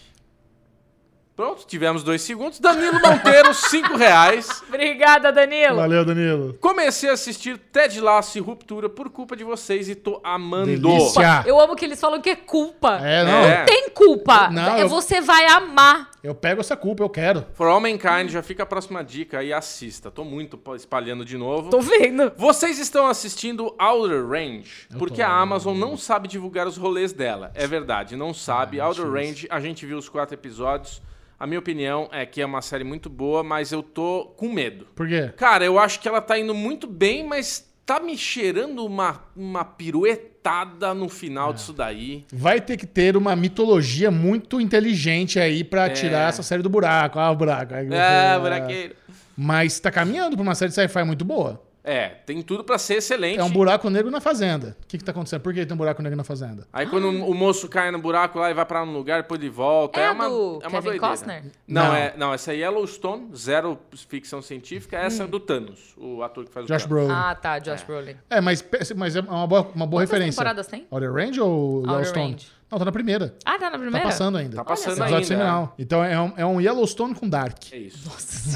Pronto, tivemos dois segundos. Danilo Monteiro, cinco reais. Obrigada, Tá Danilo. Valeu, Danilo. Comecei a assistir Ted Lasso e Ruptura por culpa de vocês e tô amando. Delícia. Ah. Eu amo que eles falam que é culpa. É, não. É. Tem culpa. Não, é eu- você vai amar. Eu pego essa culpa, eu quero. For All Mankind, já fica a próxima dica e assista. Tô muito pô, espalhando de novo. Tô vendo. Vocês estão assistindo Outer Range, Eu porque tô. a Amazon não sabe divulgar os rolês dela. É verdade, não sabe. Ah, Outer isso. Range, a gente viu os quatro episódios. A minha opinião é que é uma série muito boa, mas eu tô com medo. Por quê? Cara, eu acho que ela tá indo muito bem, mas tá me cheirando uma, uma piruetada no É. final disso daí. Vai ter que ter uma mitologia muito inteligente aí pra tirar essa série do buraco. Ah, o buraco. Aí você- É, buraqueiro. Mas tá caminhando pra uma série de sci-fi muito boa. É, tem tudo pra ser excelente. É um buraco negro na fazenda. O que, que tá acontecendo? Por que tem um buraco negro na fazenda? Aí quando o moço cai no buraco lá e vai pra um lugar, depois ele volta. É É, a uma, do é uma Kevin doideira. Costner? Não, Não. É, não, essa é Yellowstone, zero ficção científica. Essa é do Thanos, o ator que faz Josh o Thanos. Brolin. Ah, tá, Josh Brolin. É, mas, pe- mas é uma boa, uma boa Quantas referência. temporadas tem? Outer Range ou Outer Yellowstone? Range. Não, tá na primeira. Ah, tá na Tá primeira? passando ainda. Tá passando Episódio ainda. seminal. Então é um, é um Yellowstone com Dark. É isso.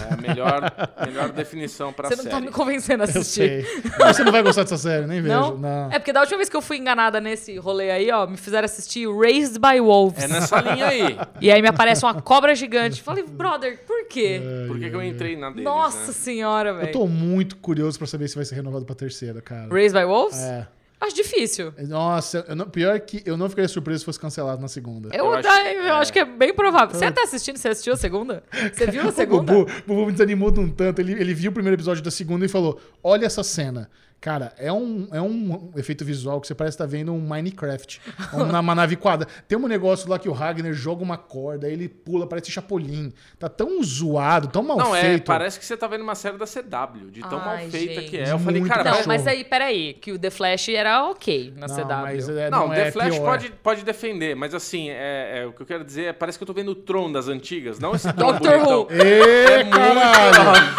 É a melhor, melhor definição pra Você não série. tá me convencendo a Eu assistir. sei. Mas você não vai gostar dessa série, nem vejo. Não? É porque da última vez que eu fui enganada nesse rolê aí, ó, me fizeram assistir Raised by Wolves. É nessa linha aí. E aí me aparece uma cobra gigante. Falei, brother, por quê? Por que, que eu entrei na deles, Nossa né? senhora, É. Eu velho. tô muito curioso pra saber se vai ser renovado pra terceira, cara. Raised by Wolves? É. Acho difícil. Nossa, eu não- pior que eu não ficaria surpreso se fosse cancelado na segunda. Eu, Eu eu acho- acho, que é bem provável. Você tá assistindo? Você assistiu a segunda? Você viu a segunda? O Bubu, o Bubu me desanimou de um tanto. Ele, ele viu o primeiro episódio da segunda e falou: Olha essa cena. Cara, é um, é um efeito visual que você parece estar vendo um Minecraft. um Uma, uma nave quadra. Tem um negócio lá que o Ragnar joga uma corda, aí ele pula, parece Chapolin. Tá tão zoado, tão mal Não, é, feito. parece que você tá vendo uma série da CW, de tão Ai, mal feita que gente. é. Eu falei, Muito cara, Não, cachorro. mas... mas aí, peraí, que o The Flash era ok na Não, CW. mas é- Não, não The é Flash pior. pode, pode defender, mas assim, é, é, o que eu quero dizer é, parece que eu tô vendo o Tron das antigas, não esse Tron Doctor Who. bonitão. Ê, É muito caralho!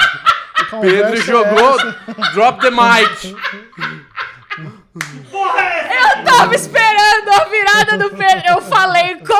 Que conversa Pedro é jogou, essa? drop the mic. é Eu tava esperando a virada do Pedro. Eu falei, com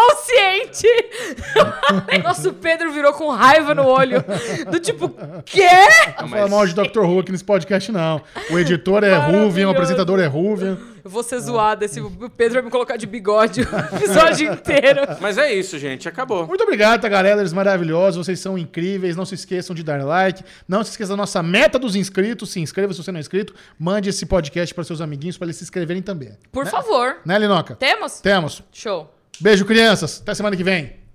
Nosso Pedro virou com raiva no olho. Do tipo, quê? Não Não, fala mas- mal de Dr. Who aqui nesse podcast, não. O editor é Ruvian, o Maravilhoso. apresentador é Ruvian. Eu vou ser zoada. Esse o Pedro vai me colocar de bigode o episódio inteiro. Mas é isso, gente. Acabou. Muito obrigado, Tagarelers maravilhosos. Vocês são incríveis. Não se esqueçam de dar like. Não se esqueça da nossa meta dos inscritos. Se inscreva se você não é inscrito. Mande esse podcast para seus amiguinhos para eles se inscreverem também. Por favor. Né, Linoca? Temos? Temos. Show. Beijo, crianças. Até semana que vem.